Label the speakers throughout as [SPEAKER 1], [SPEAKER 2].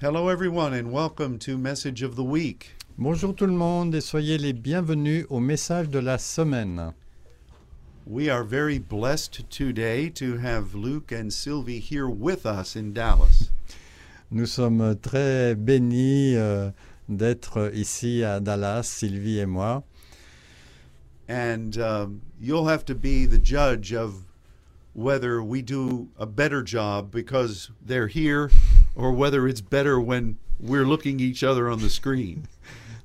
[SPEAKER 1] Hello, everyone, and welcome to Message of the Week.
[SPEAKER 2] Bonjour tout le monde et soyez les bienvenus au message de la semaine.
[SPEAKER 1] We are very blessed today to have Luke and Sylvie here with us in Dallas.
[SPEAKER 2] Nous sommes très bénis euh, d'être ici à Dallas, Sylvie et moi.
[SPEAKER 1] And um, you'll have to be the judge of whether we do a better job because they're here or whether it's better when we're looking each other on the screen.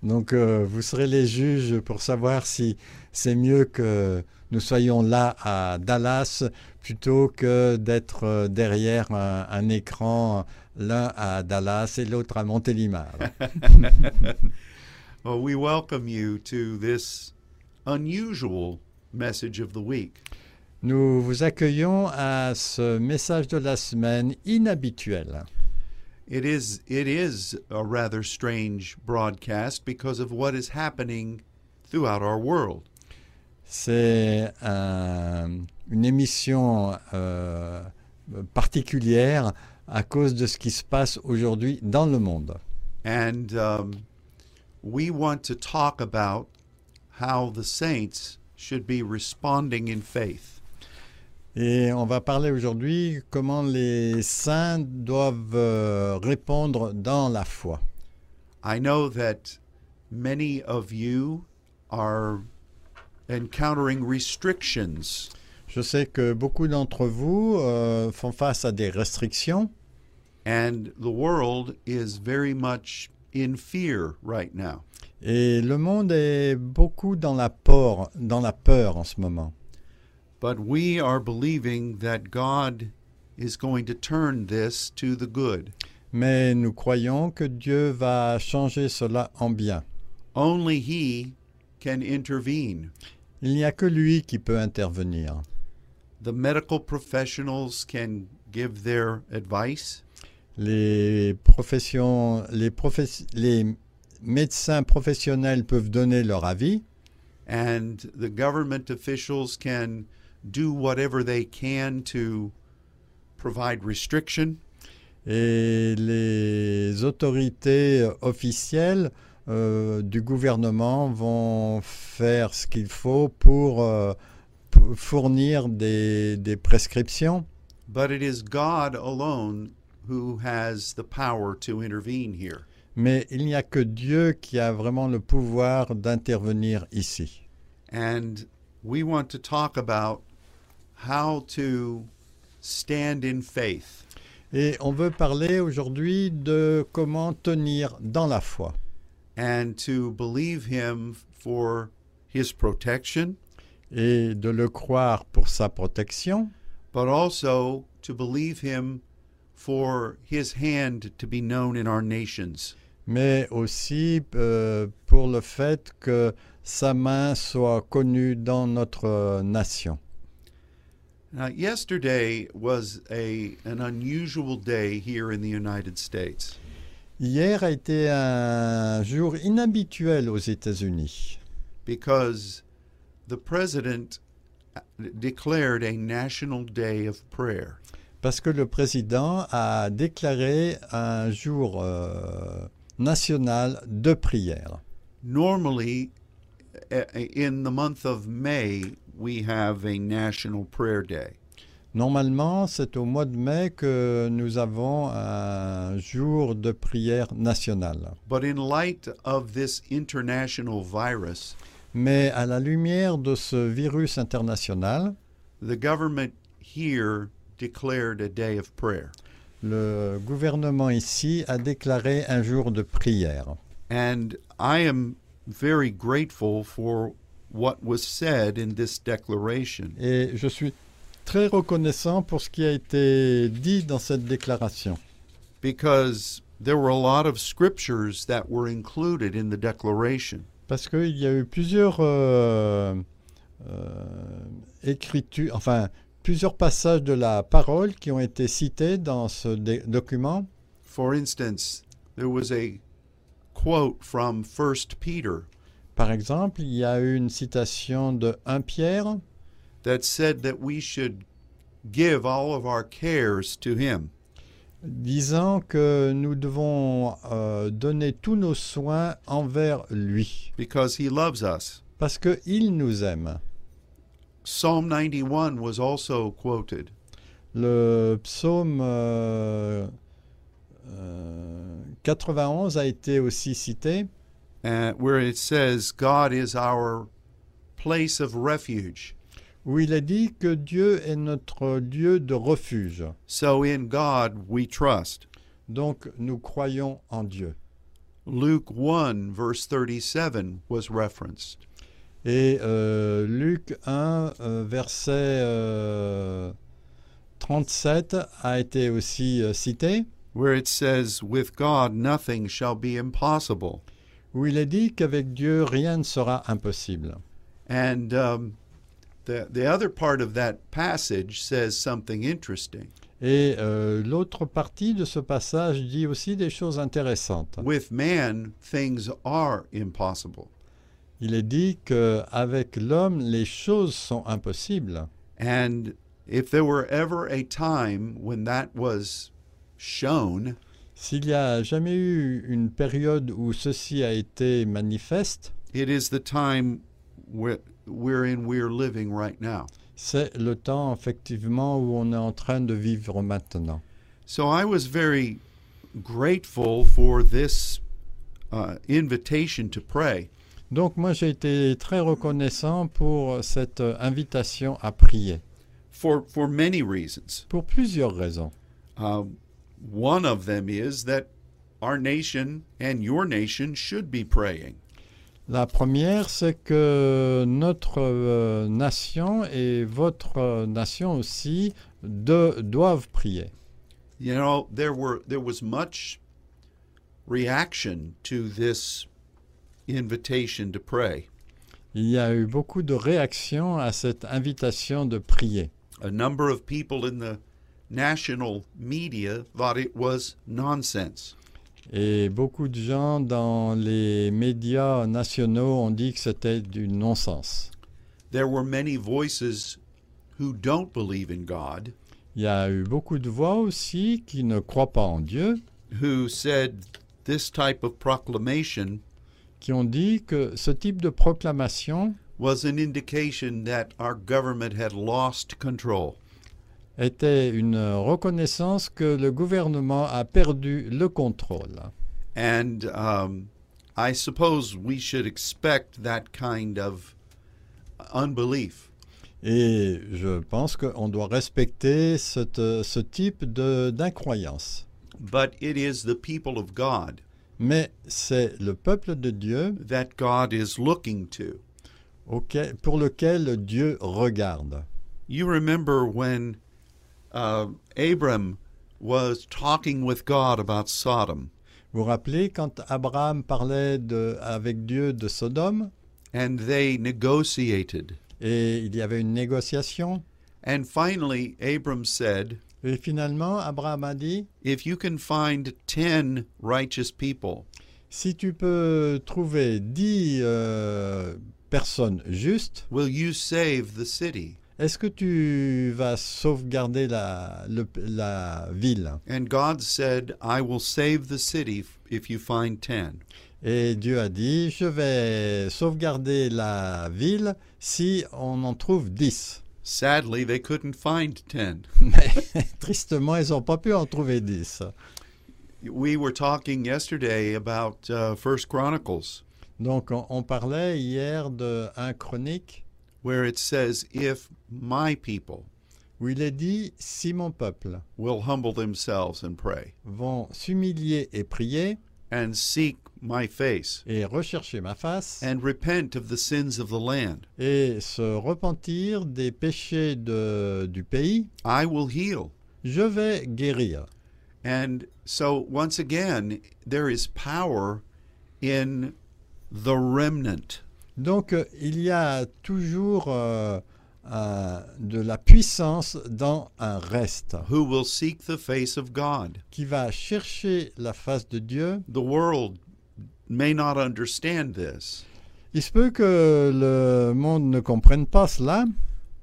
[SPEAKER 2] Donc euh, vous serez les juges pour savoir si c'est mieux que nous soyons là à Dallas plutôt que d'être euh, derrière un, un écran, l'un à Dallas et l'autre à Montélimar.
[SPEAKER 1] Well, we welcome you to this unusual message of the week.
[SPEAKER 2] Nous vous accueillons à ce message de la semaine inhabituel.
[SPEAKER 1] It is it is a rather strange broadcast because of what is happening throughout our world.
[SPEAKER 2] C'est un- une émission euh, particulière à cause de ce qui se passe aujourd'hui dans le monde.
[SPEAKER 1] And um, we want to talk about how the saints should be responding in faith.
[SPEAKER 2] Et on va parler aujourd'hui comment les saints doivent euh, répondre dans la foi.
[SPEAKER 1] I know that many of you are encountering restrictions
[SPEAKER 2] Je sais que beaucoup d'entre vous euh, font face à des restrictions
[SPEAKER 1] and the world is very much in fear right now.
[SPEAKER 2] et le monde est beaucoup dans la peur, dans la peur en ce moment.
[SPEAKER 1] But we are believing that God is going to turn this to the good.
[SPEAKER 2] Mais nous croyons que Dieu va changer cela en bien.
[SPEAKER 1] Only He can intervene.
[SPEAKER 2] Il n'y a que lui qui peut intervenir.
[SPEAKER 1] The medical professionals can give their advice,
[SPEAKER 2] Les professions, les, profes- les médecins professionnels peuvent donner leur avis
[SPEAKER 1] and the government officials can do whatever they can to provide restriction.
[SPEAKER 2] et les autorités officielles euh, du gouvernement vont faire ce qu'il faut pour euh, p- fournir des- des prescriptions.
[SPEAKER 1] But it is God alone who has the power to intervene here.
[SPEAKER 2] Mais il n'y a que Dieu qui a vraiment le pouvoir d'intervenir ici.
[SPEAKER 1] And we want to talk about how to stand in faith.
[SPEAKER 2] Et on veut parler aujourd'hui de comment tenir dans la foi
[SPEAKER 1] and to believe him for his protection,
[SPEAKER 2] et de le croire pour sa protection,
[SPEAKER 1] but also to believe him for his hand to be known in our nations.
[SPEAKER 2] mais aussi euh, pour le fait que sa main soit connue dans notre euh, nation.
[SPEAKER 1] Now, yesterday was a an unusual day here in the United States.
[SPEAKER 2] Hier a été un jour inhabituel aux États-Unis
[SPEAKER 1] because the president declared a national day of prayer.
[SPEAKER 2] parce que le président a déclaré un jour euh, national de prière.
[SPEAKER 1] Normally, eh, eh, in the month of May, we have a national prayer day.
[SPEAKER 2] Normalement, c'est au mois de mai que nous avons un jour de prière nationale.
[SPEAKER 1] But in light of this international virus,
[SPEAKER 2] Mais à la lumière de ce virus international,
[SPEAKER 1] the government here declared a day of prayer.
[SPEAKER 2] le gouvernement ici a déclaré un jour de prière.
[SPEAKER 1] And I am very grateful for what was said in this declaration.
[SPEAKER 2] Et je suis très reconnaissant pour ce qui a été dit dans cette déclaration.
[SPEAKER 1] Because there were a lot of scriptures that were included in the declaration.
[SPEAKER 2] Parce qu'il y a eu plusieurs euh, euh, écritures, enfin, plusieurs passages de la parole qui ont été cités dans ce dé- document.
[SPEAKER 1] For instance, there was a quote from 1 Peter
[SPEAKER 2] Par exemple, il y a eu une citation de 1 Pierre
[SPEAKER 1] that said that we should give all of our cares to him.
[SPEAKER 2] disant que nous devons euh, donner tous nos soins envers lui,
[SPEAKER 1] because he loves us.
[SPEAKER 2] parce qu'il nous aime.
[SPEAKER 1] Psalm 91 was also quoted.
[SPEAKER 2] Le psaume euh, euh, 91 a été aussi cité,
[SPEAKER 1] uh, where it says, God is our place of refuge.
[SPEAKER 2] où il est dit que Dieu est notre lieu de refuge.
[SPEAKER 1] So in God we trust.
[SPEAKER 2] Donc nous croyons en Dieu.
[SPEAKER 1] Luke 1, verse 37 was referenced.
[SPEAKER 2] Et euh, Luc 1, euh, verset euh, 37 a été aussi euh, cité,
[SPEAKER 1] Where it says, With God nothing shall be impossible.
[SPEAKER 2] où il est dit qu'avec Dieu rien ne sera impossible.
[SPEAKER 1] And um, the, the other part of that passage says something interesting.
[SPEAKER 2] Et euh, l'autre partie de ce passage dit aussi des choses intéressantes.
[SPEAKER 1] With man, things are impossible.
[SPEAKER 2] Il est dit que avec l'homme, les choses sont impossibles.
[SPEAKER 1] And if there were ever a time when that was shown,
[SPEAKER 2] S'il n'y a jamais eu une période où ceci a été manifeste,
[SPEAKER 1] it is the time where, wherein we're living right now.
[SPEAKER 2] c'est le temps effectivement où on est en train de vivre maintenant.
[SPEAKER 1] So I was very grateful for this uh, invitation to pray.
[SPEAKER 2] Donc moi j'ai été très reconnaissant pour cette euh, invitation à prier,
[SPEAKER 1] for for many reasons.
[SPEAKER 2] pour plusieurs raisons.
[SPEAKER 1] Uh, one of them is that our nation and your nation should be praying.
[SPEAKER 2] La première, c'est que notre euh, nation et votre euh, nation aussi de- doivent prier.
[SPEAKER 1] You know, there were there was much reaction to this invitation to pray.
[SPEAKER 2] Il y a eu beaucoup de réactions à cette invitation de prier.
[SPEAKER 1] A number of people in the national media thought it was nonsense.
[SPEAKER 2] Et beaucoup de gens dans les médias nationaux ont dit que c'était du non-sens.
[SPEAKER 1] There were many voices who don't believe in God
[SPEAKER 2] Il y a eu beaucoup de voix aussi qui ne croient pas en Dieu,
[SPEAKER 1] who said this type of proclamation
[SPEAKER 2] qui ont dit que ce type de proclamation
[SPEAKER 1] was an indication that our government had lost control.
[SPEAKER 2] était une reconnaissance que le gouvernement a perdu le contrôle.
[SPEAKER 1] And um, I suppose we should expect that kind of unbelief.
[SPEAKER 2] Et je pense qu'on doit respecter cette- ce type de- d'incroyance.
[SPEAKER 1] But it is the people of God
[SPEAKER 2] Mais c'est le peuple de Dieu
[SPEAKER 1] that God is looking to.
[SPEAKER 2] auquel- pour lequel Dieu regarde.
[SPEAKER 1] You remember when uh, Abram was talking with God about Sodom,
[SPEAKER 2] Vous vous rappelez quand Abraham parlait de- avec Dieu de Sodome
[SPEAKER 1] and they negotiated.
[SPEAKER 2] et il y avait une négociation
[SPEAKER 1] And finally, Abram said,
[SPEAKER 2] Et finalement, Abraham a dit,
[SPEAKER 1] If you can find 10 righteous people,
[SPEAKER 2] si tu peux trouver dix euh, personnes justes,
[SPEAKER 1] Will you save the city?
[SPEAKER 2] Est-ce que tu vas sauvegarder la, le- la ville
[SPEAKER 1] And God said, I will save the city f- if you find 10.
[SPEAKER 2] Et Dieu a dit, je vais sauvegarder la ville si on en trouve dix.
[SPEAKER 1] Sadly, they couldn't find 10.
[SPEAKER 2] Mais tristement, ils n'ont pas pu en trouver dix.
[SPEAKER 1] We were talking yesterday about uh, First Chronicles,
[SPEAKER 2] Donc on, on parlait hier de 1 chronique
[SPEAKER 1] where it says, If my people
[SPEAKER 2] où il est dit, si mon peuple
[SPEAKER 1] will humble themselves and pray
[SPEAKER 2] vont s'humilier et prier
[SPEAKER 1] and seek my face
[SPEAKER 2] et rechercher ma face
[SPEAKER 1] and repent of the sins of the land,
[SPEAKER 2] et se repentir des péchés de- du pays,
[SPEAKER 1] I will heal.
[SPEAKER 2] je vais guérir.
[SPEAKER 1] And so, once again, there is power in the remnant.
[SPEAKER 2] Donc euh, il y a toujours euh, un- de la puissance dans un reste
[SPEAKER 1] who will seek the face of God.
[SPEAKER 2] qui va chercher la face de Dieu.
[SPEAKER 1] The world may not understand this,
[SPEAKER 2] Il se peut que le monde ne comprenne pas cela,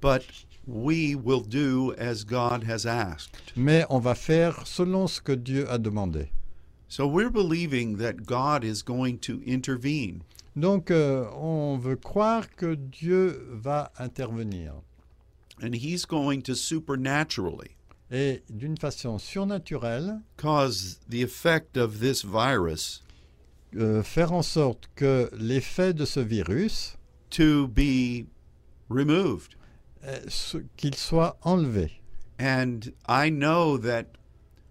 [SPEAKER 1] but we will do as God has asked.
[SPEAKER 2] mais on va faire selon ce que Dieu a demandé.
[SPEAKER 1] So we're believing that God is going to intervene.
[SPEAKER 2] Donc euh, on veut croire que Dieu va intervenir
[SPEAKER 1] And he's going to supernaturally
[SPEAKER 2] et d'une façon surnaturelle
[SPEAKER 1] cause the effect of this virus
[SPEAKER 2] euh, faire en sorte que l'effet de ce virus
[SPEAKER 1] to be removed.
[SPEAKER 2] euh, ce- qu'il soit enlevé.
[SPEAKER 1] And I know that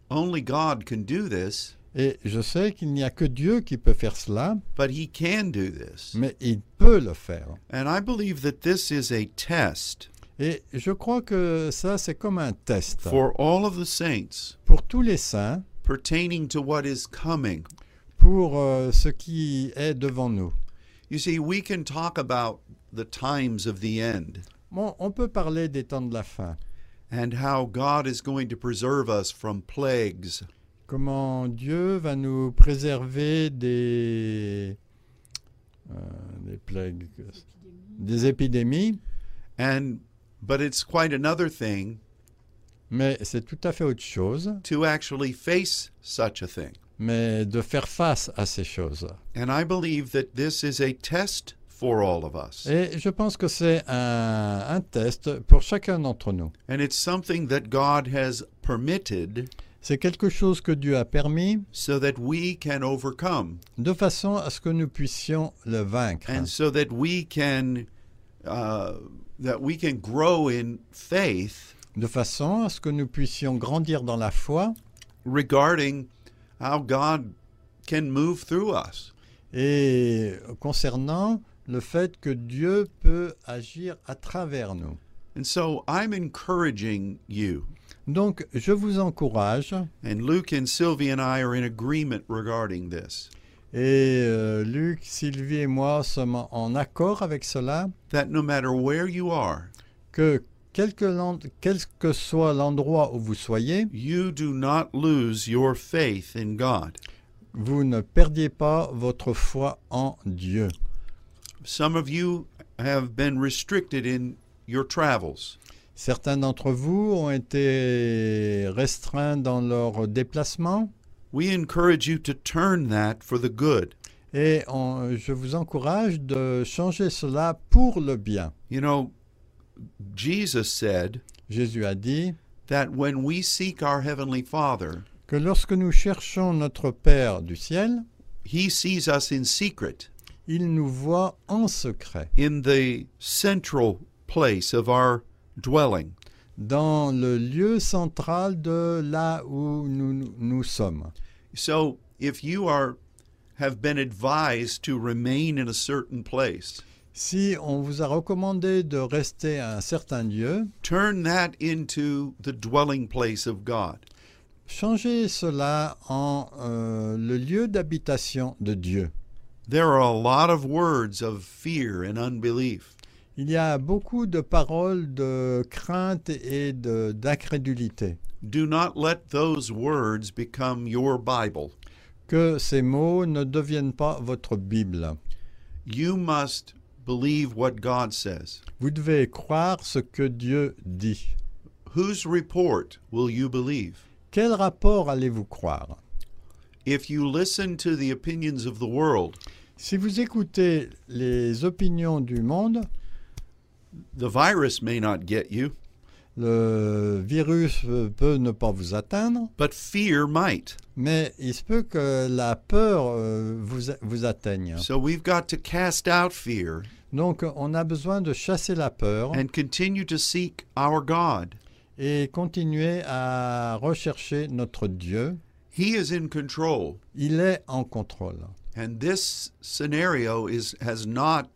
[SPEAKER 1] only God can do this,
[SPEAKER 2] Et je sais qu'il n'y a que Dieu qui peut faire cela,
[SPEAKER 1] but he can do this.
[SPEAKER 2] mais il peut le faire.
[SPEAKER 1] And I believe that this is a test
[SPEAKER 2] Et je crois que ça, c'est comme un test
[SPEAKER 1] for all of the saints
[SPEAKER 2] pour tous les saints,
[SPEAKER 1] pertaining to what is coming.
[SPEAKER 2] pour euh, ce qui est devant nous.
[SPEAKER 1] You see, we can talk about the times of the end
[SPEAKER 2] Bon, on peut parler des temps de la fin,
[SPEAKER 1] and how God is going to preserve us from plagues
[SPEAKER 2] comment Dieu va nous préserver des, euh, des plagues, des épidémies,
[SPEAKER 1] and but it's quite another thing
[SPEAKER 2] mais c'est tout à fait autre chose,
[SPEAKER 1] to actually face such a thing.
[SPEAKER 2] mais de faire face à ces choses.
[SPEAKER 1] And I believe that this is a test for all of us.
[SPEAKER 2] Et je pense que c'est un, un test pour chacun d'entre nous.
[SPEAKER 1] And it's something that God has permitted
[SPEAKER 2] C'est quelque chose que Dieu a permis
[SPEAKER 1] so that we can overcome
[SPEAKER 2] de façon à ce que nous puissions le vaincre
[SPEAKER 1] and so that we can uh, that we can grow in faith
[SPEAKER 2] de façon à ce que nous puissions grandir dans la foi
[SPEAKER 1] regarding how God can move through us.
[SPEAKER 2] et concernant le fait que Dieu peut agir à travers nous.
[SPEAKER 1] And so I'm encouraging you.
[SPEAKER 2] Donc je vous encourage
[SPEAKER 1] And Luke and Sylvie and I are in agreement regarding this
[SPEAKER 2] et euh, Luc, Sylvie et moi sommes en- en accord avec cela
[SPEAKER 1] that no matter where you are,
[SPEAKER 2] que quel que, l'en- quel que soit l'endroit où vous soyez,
[SPEAKER 1] you do not lose your faith in God.
[SPEAKER 2] vous ne perdiez pas votre foi en Dieu.
[SPEAKER 1] Some of you have been restricted in your travels.
[SPEAKER 2] Certains d'entre vous ont été restreints dans leurs déplacements
[SPEAKER 1] We encourage you to turn that for the good.
[SPEAKER 2] et on- je vous encourage de changer cela pour le bien.
[SPEAKER 1] You know, Jesus said
[SPEAKER 2] Jésus a dit
[SPEAKER 1] that when we seek our Heavenly Father,
[SPEAKER 2] que lorsque nous cherchons notre Père du ciel,
[SPEAKER 1] He sees us in secret,
[SPEAKER 2] il nous voit en secret,
[SPEAKER 1] in the central place of our dwelling.
[SPEAKER 2] dans le lieu central de là où nous, nous sommes.
[SPEAKER 1] So if you are have been advised to remain in a certain place,
[SPEAKER 2] Si on vous a recommandé de rester à un certain lieu,
[SPEAKER 1] turn that into the dwelling place of God.
[SPEAKER 2] Changez cela en euh, le lieu d'habitation de Dieu.
[SPEAKER 1] There are a lot of words of fear and unbelief,
[SPEAKER 2] Il y a beaucoup de paroles de crainte et de- d'incrédulité.
[SPEAKER 1] Do not let those words become your Bible.
[SPEAKER 2] Que ces mots ne deviennent pas votre Bible.
[SPEAKER 1] You must believe what God says.
[SPEAKER 2] Vous devez croire ce que Dieu dit.
[SPEAKER 1] Whose report will you believe?
[SPEAKER 2] Quel rapport allez-vous croire
[SPEAKER 1] If you listen to the opinions of the world,
[SPEAKER 2] Si vous écoutez les opinions du monde,
[SPEAKER 1] the virus may not get you,
[SPEAKER 2] le virus euh, peut ne pas vous atteindre,
[SPEAKER 1] but fear might.
[SPEAKER 2] mais il se peut que la peur euh, vous, vous atteigne.
[SPEAKER 1] So we've got to cast out fear
[SPEAKER 2] Donc on a besoin de chasser la peur
[SPEAKER 1] and continue to seek our God.
[SPEAKER 2] et continuer à rechercher notre Dieu.
[SPEAKER 1] He is in control,
[SPEAKER 2] Il est en contrôle.
[SPEAKER 1] and this scenario is has not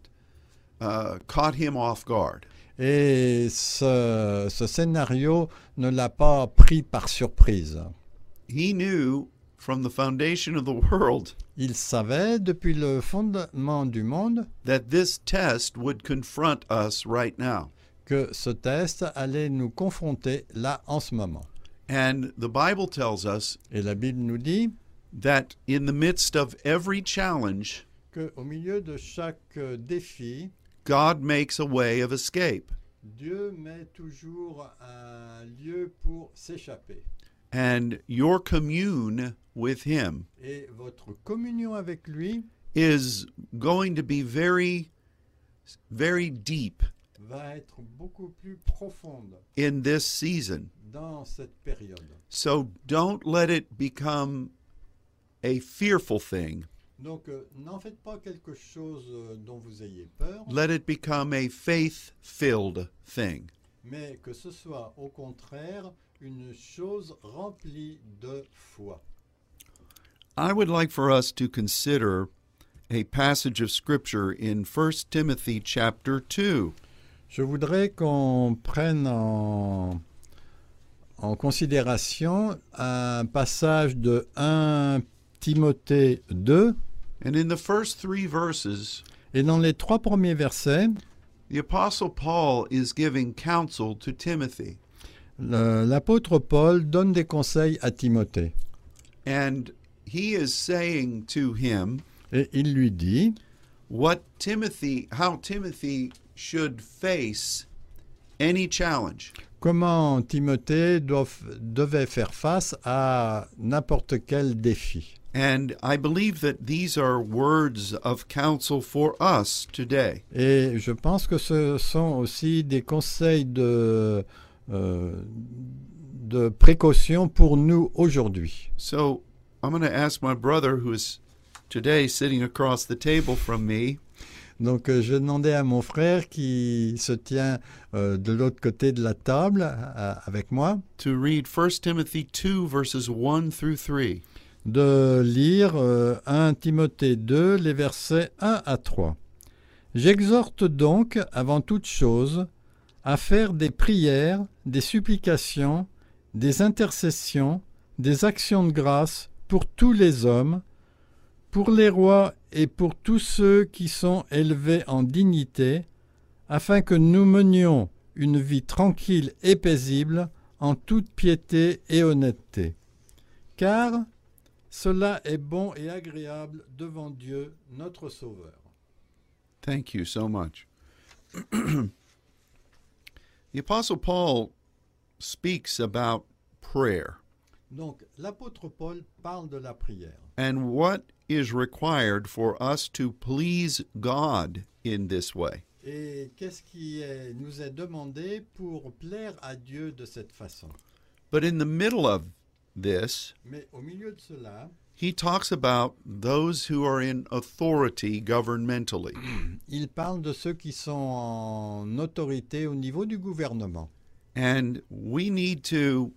[SPEAKER 1] uh, caught him off guard.
[SPEAKER 2] Et ce, ce scénario ne l'a pas pris par surprise.
[SPEAKER 1] He knew from the foundation of the world
[SPEAKER 2] Il savait depuis le fondement du monde
[SPEAKER 1] that this test would confront us right now.
[SPEAKER 2] que ce test allait nous confronter là en ce moment.
[SPEAKER 1] And the Bible tells us
[SPEAKER 2] Et la Bible nous dit
[SPEAKER 1] that in the midst of every challenge,
[SPEAKER 2] qu'au milieu de chaque euh, défi,
[SPEAKER 1] God makes a way of escape.
[SPEAKER 2] Dieu met toujours un lieu pour s'échapper.
[SPEAKER 1] And your commune with Him
[SPEAKER 2] Et votre communion avec lui
[SPEAKER 1] is going to be very, very deep
[SPEAKER 2] va être beaucoup plus profonde
[SPEAKER 1] in this season.
[SPEAKER 2] dans cette période.
[SPEAKER 1] So don't let it become a fearful thing.
[SPEAKER 2] Donc euh, n'en faites pas quelque chose euh, dont vous ayez peur,
[SPEAKER 1] Let it become a faith filled thing.
[SPEAKER 2] mais que ce soit au contraire une chose remplie de foi.
[SPEAKER 1] I would like for us to consider a passage of scripture in 1 Timothy chapter 2.
[SPEAKER 2] Je voudrais qu'on prenne en, en considération un passage de 1 Timothée 2,
[SPEAKER 1] And in the first 3 verses,
[SPEAKER 2] et dans les trois premiers versets,
[SPEAKER 1] the apostle Paul is giving counsel to Timothy.
[SPEAKER 2] le- l'apôtre Paul donne des conseils à Timothée.
[SPEAKER 1] And he is saying to him
[SPEAKER 2] Et il lui dit,
[SPEAKER 1] what Timothy how Timothy should face any challenge.
[SPEAKER 2] comment Timothée doit- devait faire face à n'importe quel défi.
[SPEAKER 1] And I believe that these are words of counsel for us today.
[SPEAKER 2] Et je pense que ce sont aussi des conseils de, euh, de précaution pour nous aujourd'hui.
[SPEAKER 1] So I'm going to ask my brother, who is today sitting across the table from me,
[SPEAKER 2] Donc euh, je demandais à mon frère qui se tient euh, de l'autre côté de la table à- avec moi
[SPEAKER 1] to read 1 Timothy 2, verses 1 through 3.
[SPEAKER 2] de lire euh, 1 Timothée 2, les versets 1 à 3. J'exhorte donc, avant toute chose, à faire des prières, des supplications, des intercessions, des actions de grâce pour tous les hommes, pour les rois et pour tous ceux qui sont élevés en dignité, afin que nous menions une vie tranquille et paisible en toute piété et honnêteté. Car cela est bon et agréable devant Dieu, notre Sauveur.
[SPEAKER 1] Thank you so much. the Apostle Paul speaks about prayer
[SPEAKER 2] Donc, l'apôtre Paul parle de la prière
[SPEAKER 1] and what is required for us to please God in this way.
[SPEAKER 2] et qu'est-ce qui est- nous est demandé pour plaire à Dieu de cette façon.
[SPEAKER 1] But in the middle of this,
[SPEAKER 2] Mais au milieu de cela,
[SPEAKER 1] He talks about those who are in authority governmentally.
[SPEAKER 2] il parle de ceux qui sont en autorité au niveau du gouvernement.
[SPEAKER 1] And we need to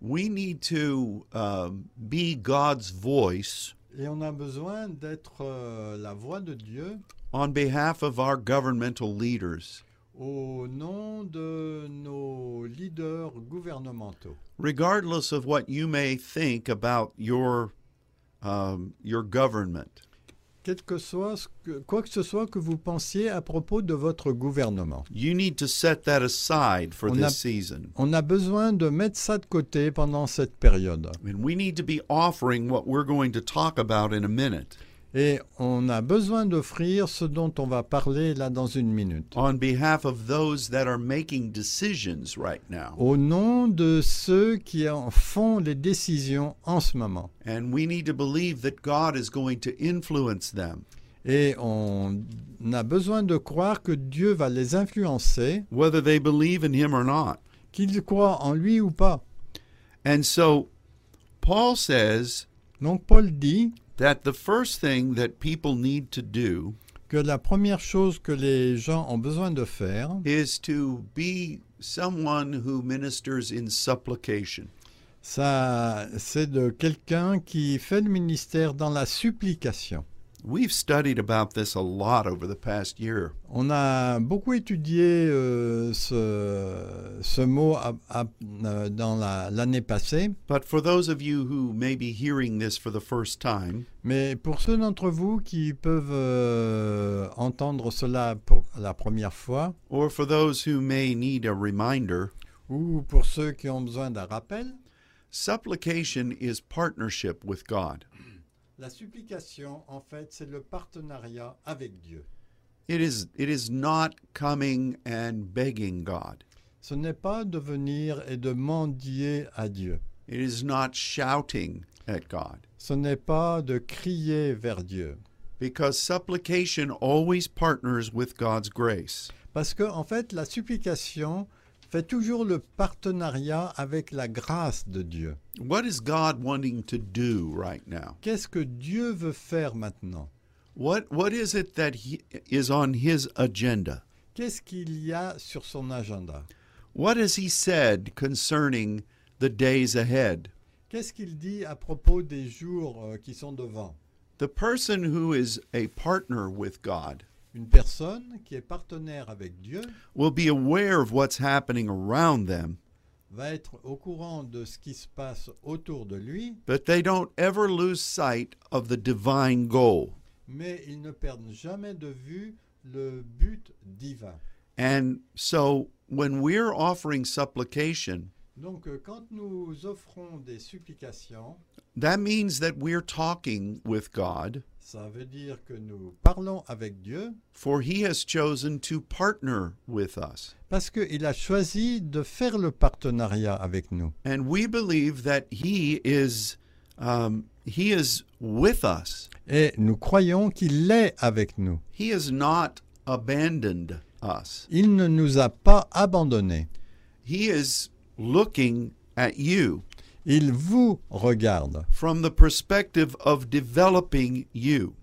[SPEAKER 1] we need to um, be God's voice
[SPEAKER 2] Et on a besoin d'être euh, la voix de Dieu
[SPEAKER 1] on behalf of our governmental leaders
[SPEAKER 2] au nom de nos leaders gouvernementaux.
[SPEAKER 1] regardless of what you may think about your um, your government.
[SPEAKER 2] Quel que soit ce que- quoi que ce soit que vous pensiez à propos de votre gouvernement.
[SPEAKER 1] You need to set that aside for
[SPEAKER 2] On
[SPEAKER 1] this
[SPEAKER 2] a-
[SPEAKER 1] season.
[SPEAKER 2] On a besoin de mettre ça de côté pendant cette période.
[SPEAKER 1] And we need to be offering what we're going to talk about in a minute
[SPEAKER 2] Et on a besoin d'offrir ce dont on va parler là dans une minute.
[SPEAKER 1] on behalf of those that are making decisions right now.
[SPEAKER 2] Au nom de ceux qui en font les décisions en ce moment.
[SPEAKER 1] And we need to believe that God is going to influence them,
[SPEAKER 2] Et on a besoin de croire que Dieu va les influencer,
[SPEAKER 1] whether they believe in Him or not.
[SPEAKER 2] qu'ils croient en lui ou pas.
[SPEAKER 1] And so Paul says
[SPEAKER 2] Donc Paul dit
[SPEAKER 1] that the first thing that people need to do
[SPEAKER 2] que la première chose que les gens ont besoin de faire,
[SPEAKER 1] is to be someone who ministers in supplication.
[SPEAKER 2] Ça, c'est de quelqu'un qui fait le ministère dans la supplication.
[SPEAKER 1] We've studied about this a lot over the past year.
[SPEAKER 2] On a beaucoup étudié euh, ce, ce mot à- à- euh, dans la- l'année passée,
[SPEAKER 1] But for those of you who may be hearing this for the first time,
[SPEAKER 2] mais pour ceux d'entre vous qui peuvent euh, entendre cela pour la première fois,
[SPEAKER 1] or for those who may need a reminder,
[SPEAKER 2] ou pour ceux qui ont besoin d'un rappel,
[SPEAKER 1] supplication is partnership with God.
[SPEAKER 2] la supplication, en fait, c'est le partenariat avec Dieu.
[SPEAKER 1] It is it is not coming and begging God.
[SPEAKER 2] Ce n'est pas de venir et de mendier à Dieu.
[SPEAKER 1] It is not shouting at God
[SPEAKER 2] Ce n'est pas de crier vers Dieu.
[SPEAKER 1] because supplication always partners with God's grace.
[SPEAKER 2] Parce que, en fait, la supplication fait toujours le partenariat avec la grâce de Dieu.
[SPEAKER 1] What is God wanting to do right now?
[SPEAKER 2] Qu'est-ce que Dieu veut faire maintenant
[SPEAKER 1] What what is it that he is on his agenda?
[SPEAKER 2] Qu'est-ce qu'il y a sur son agenda
[SPEAKER 1] What has he said concerning the days ahead?
[SPEAKER 2] Qu'est-ce qu'il dit à propos des jours euh, qui sont devant
[SPEAKER 1] The person who is a partner with God
[SPEAKER 2] Une personne qui est partenaire avec Dieu
[SPEAKER 1] will be aware of what's happening around them,
[SPEAKER 2] va être au courant de ce qui se passe autour de lui,
[SPEAKER 1] but they don't ever lose sight of the divine goal.
[SPEAKER 2] mais ils ne perdent jamais de vue le but divin.
[SPEAKER 1] And so when we're offering supplication,
[SPEAKER 2] Donc euh, quand nous offrons des supplications,
[SPEAKER 1] that means that we're talking with God,
[SPEAKER 2] ça veut dire que nous parlons avec Dieu
[SPEAKER 1] for he has chosen to partner with us.
[SPEAKER 2] parce qu'il a choisi de faire le partenariat avec nous.
[SPEAKER 1] And we believe that he is um, he is with us.
[SPEAKER 2] Et nous croyons qu'il est avec nous.
[SPEAKER 1] He has not abandoned us.
[SPEAKER 2] Il ne nous a pas abandonnés.
[SPEAKER 1] He is looking at you
[SPEAKER 2] Il vous regarde
[SPEAKER 1] from the perspective of developing you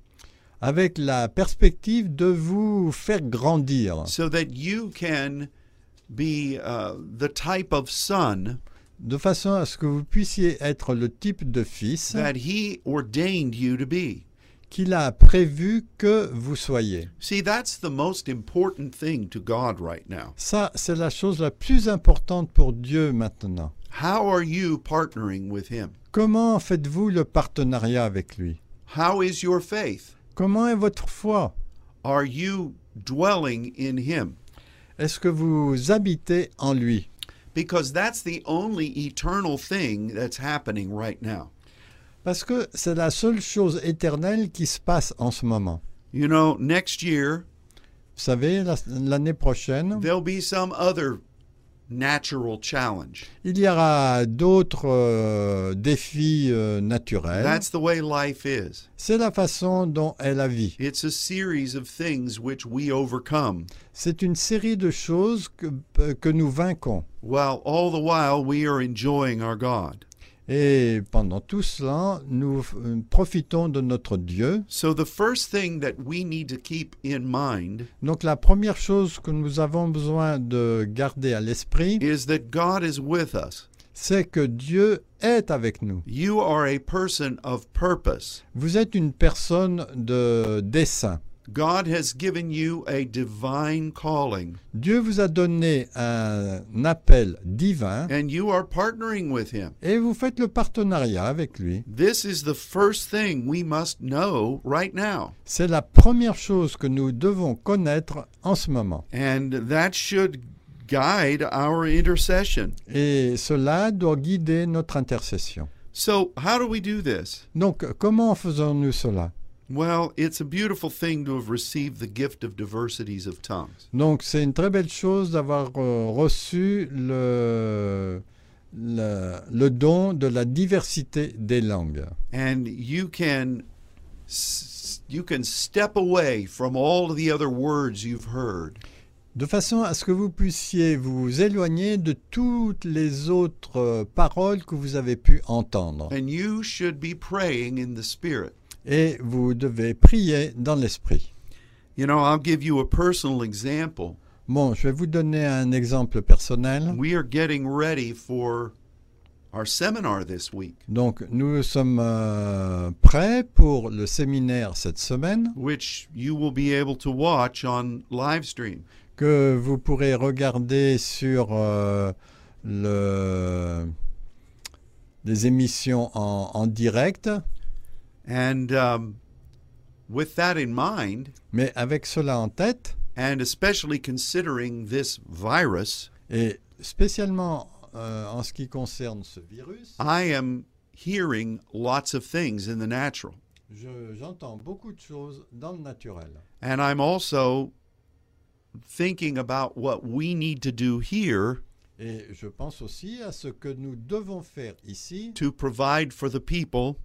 [SPEAKER 2] avec la perspective de vous faire grandir,
[SPEAKER 1] so that you can be uh, the type of son
[SPEAKER 2] de façon à ce que vous puissiez être le type de fils
[SPEAKER 1] that he ordained you to be.
[SPEAKER 2] qu'il a prévu que vous soyez.
[SPEAKER 1] See, that's the most important thing to God right now.
[SPEAKER 2] Ça, c'est la chose la plus importante pour Dieu maintenant.
[SPEAKER 1] How are you partnering with him?
[SPEAKER 2] Comment faites-vous le partenariat avec lui
[SPEAKER 1] How is your faith?
[SPEAKER 2] Comment est votre foi
[SPEAKER 1] Are you dwelling in him?
[SPEAKER 2] Est-ce que vous habitez en lui
[SPEAKER 1] Because that's the only eternal thing that's happening right now.
[SPEAKER 2] Parce que c'est la seule chose éternelle qui se passe en ce moment.
[SPEAKER 1] You know, next year
[SPEAKER 2] Vous savez, la- l'année prochaine,
[SPEAKER 1] there'll be some other natural challenge.
[SPEAKER 2] il y aura d'autres euh, défis euh, naturels.
[SPEAKER 1] That's the way life is.
[SPEAKER 2] C'est la façon dont est la vie.
[SPEAKER 1] It's a series of things which we overcome
[SPEAKER 2] C'est une série de choses que, euh, que nous vainquons.
[SPEAKER 1] while all the while we are enjoying our God.
[SPEAKER 2] Et pendant tout cela, nous euh, profitons de notre Dieu.
[SPEAKER 1] So the first thing that we need to keep in mind
[SPEAKER 2] Donc la première chose que nous avons besoin de garder à l'esprit,
[SPEAKER 1] is that God is with us.
[SPEAKER 2] c'est que Dieu est avec nous.
[SPEAKER 1] You are a person of purpose.
[SPEAKER 2] Vous êtes une personne de dessein.
[SPEAKER 1] God has given you a divine calling
[SPEAKER 2] Dieu vous a donné un appel divin
[SPEAKER 1] and you are partnering with him.
[SPEAKER 2] et vous faites le partenariat avec lui.
[SPEAKER 1] This is the first thing we must know right now.
[SPEAKER 2] C'est la première chose que nous devons connaître en ce moment.
[SPEAKER 1] And that should guide our intercession.
[SPEAKER 2] Et cela doit guider notre intercession.
[SPEAKER 1] So, how do we do this?
[SPEAKER 2] Donc, comment faisons-nous cela
[SPEAKER 1] Well, it's a beautiful thing to have received the gift of diversities of tongues.
[SPEAKER 2] Donc, c'est une très belle chose d'avoir euh, reçu le, le, le don de la diversité des langues.
[SPEAKER 1] And you can s- you can step away from all the other words you've heard
[SPEAKER 2] De façon à ce que vous puissiez vous éloigner de toutes les autres euh, paroles que vous avez pu entendre.
[SPEAKER 1] and you should be praying in the spirit.
[SPEAKER 2] Et vous devez prier dans l'esprit.
[SPEAKER 1] You know, I'll give you a personal example.
[SPEAKER 2] Bon, je vais vous donner un exemple personnel.
[SPEAKER 1] We are getting ready for our seminar this week,
[SPEAKER 2] Donc, nous sommes euh, prêts pour le séminaire cette semaine
[SPEAKER 1] which you will be able to watch on live stream.
[SPEAKER 2] que vous pourrez regarder sur euh, le, les émissions en, en direct.
[SPEAKER 1] And um, with that in mind,
[SPEAKER 2] Mais avec cela en tête,
[SPEAKER 1] and especially considering this virus,
[SPEAKER 2] et spécialement euh, en ce qui concerne ce virus,
[SPEAKER 1] I am hearing lots of things in the natural.
[SPEAKER 2] Je- J'entends beaucoup de choses dans le naturel.
[SPEAKER 1] And I'm also thinking about what we need to do here
[SPEAKER 2] Et je pense aussi à ce que nous devons faire ici
[SPEAKER 1] to provide for the people,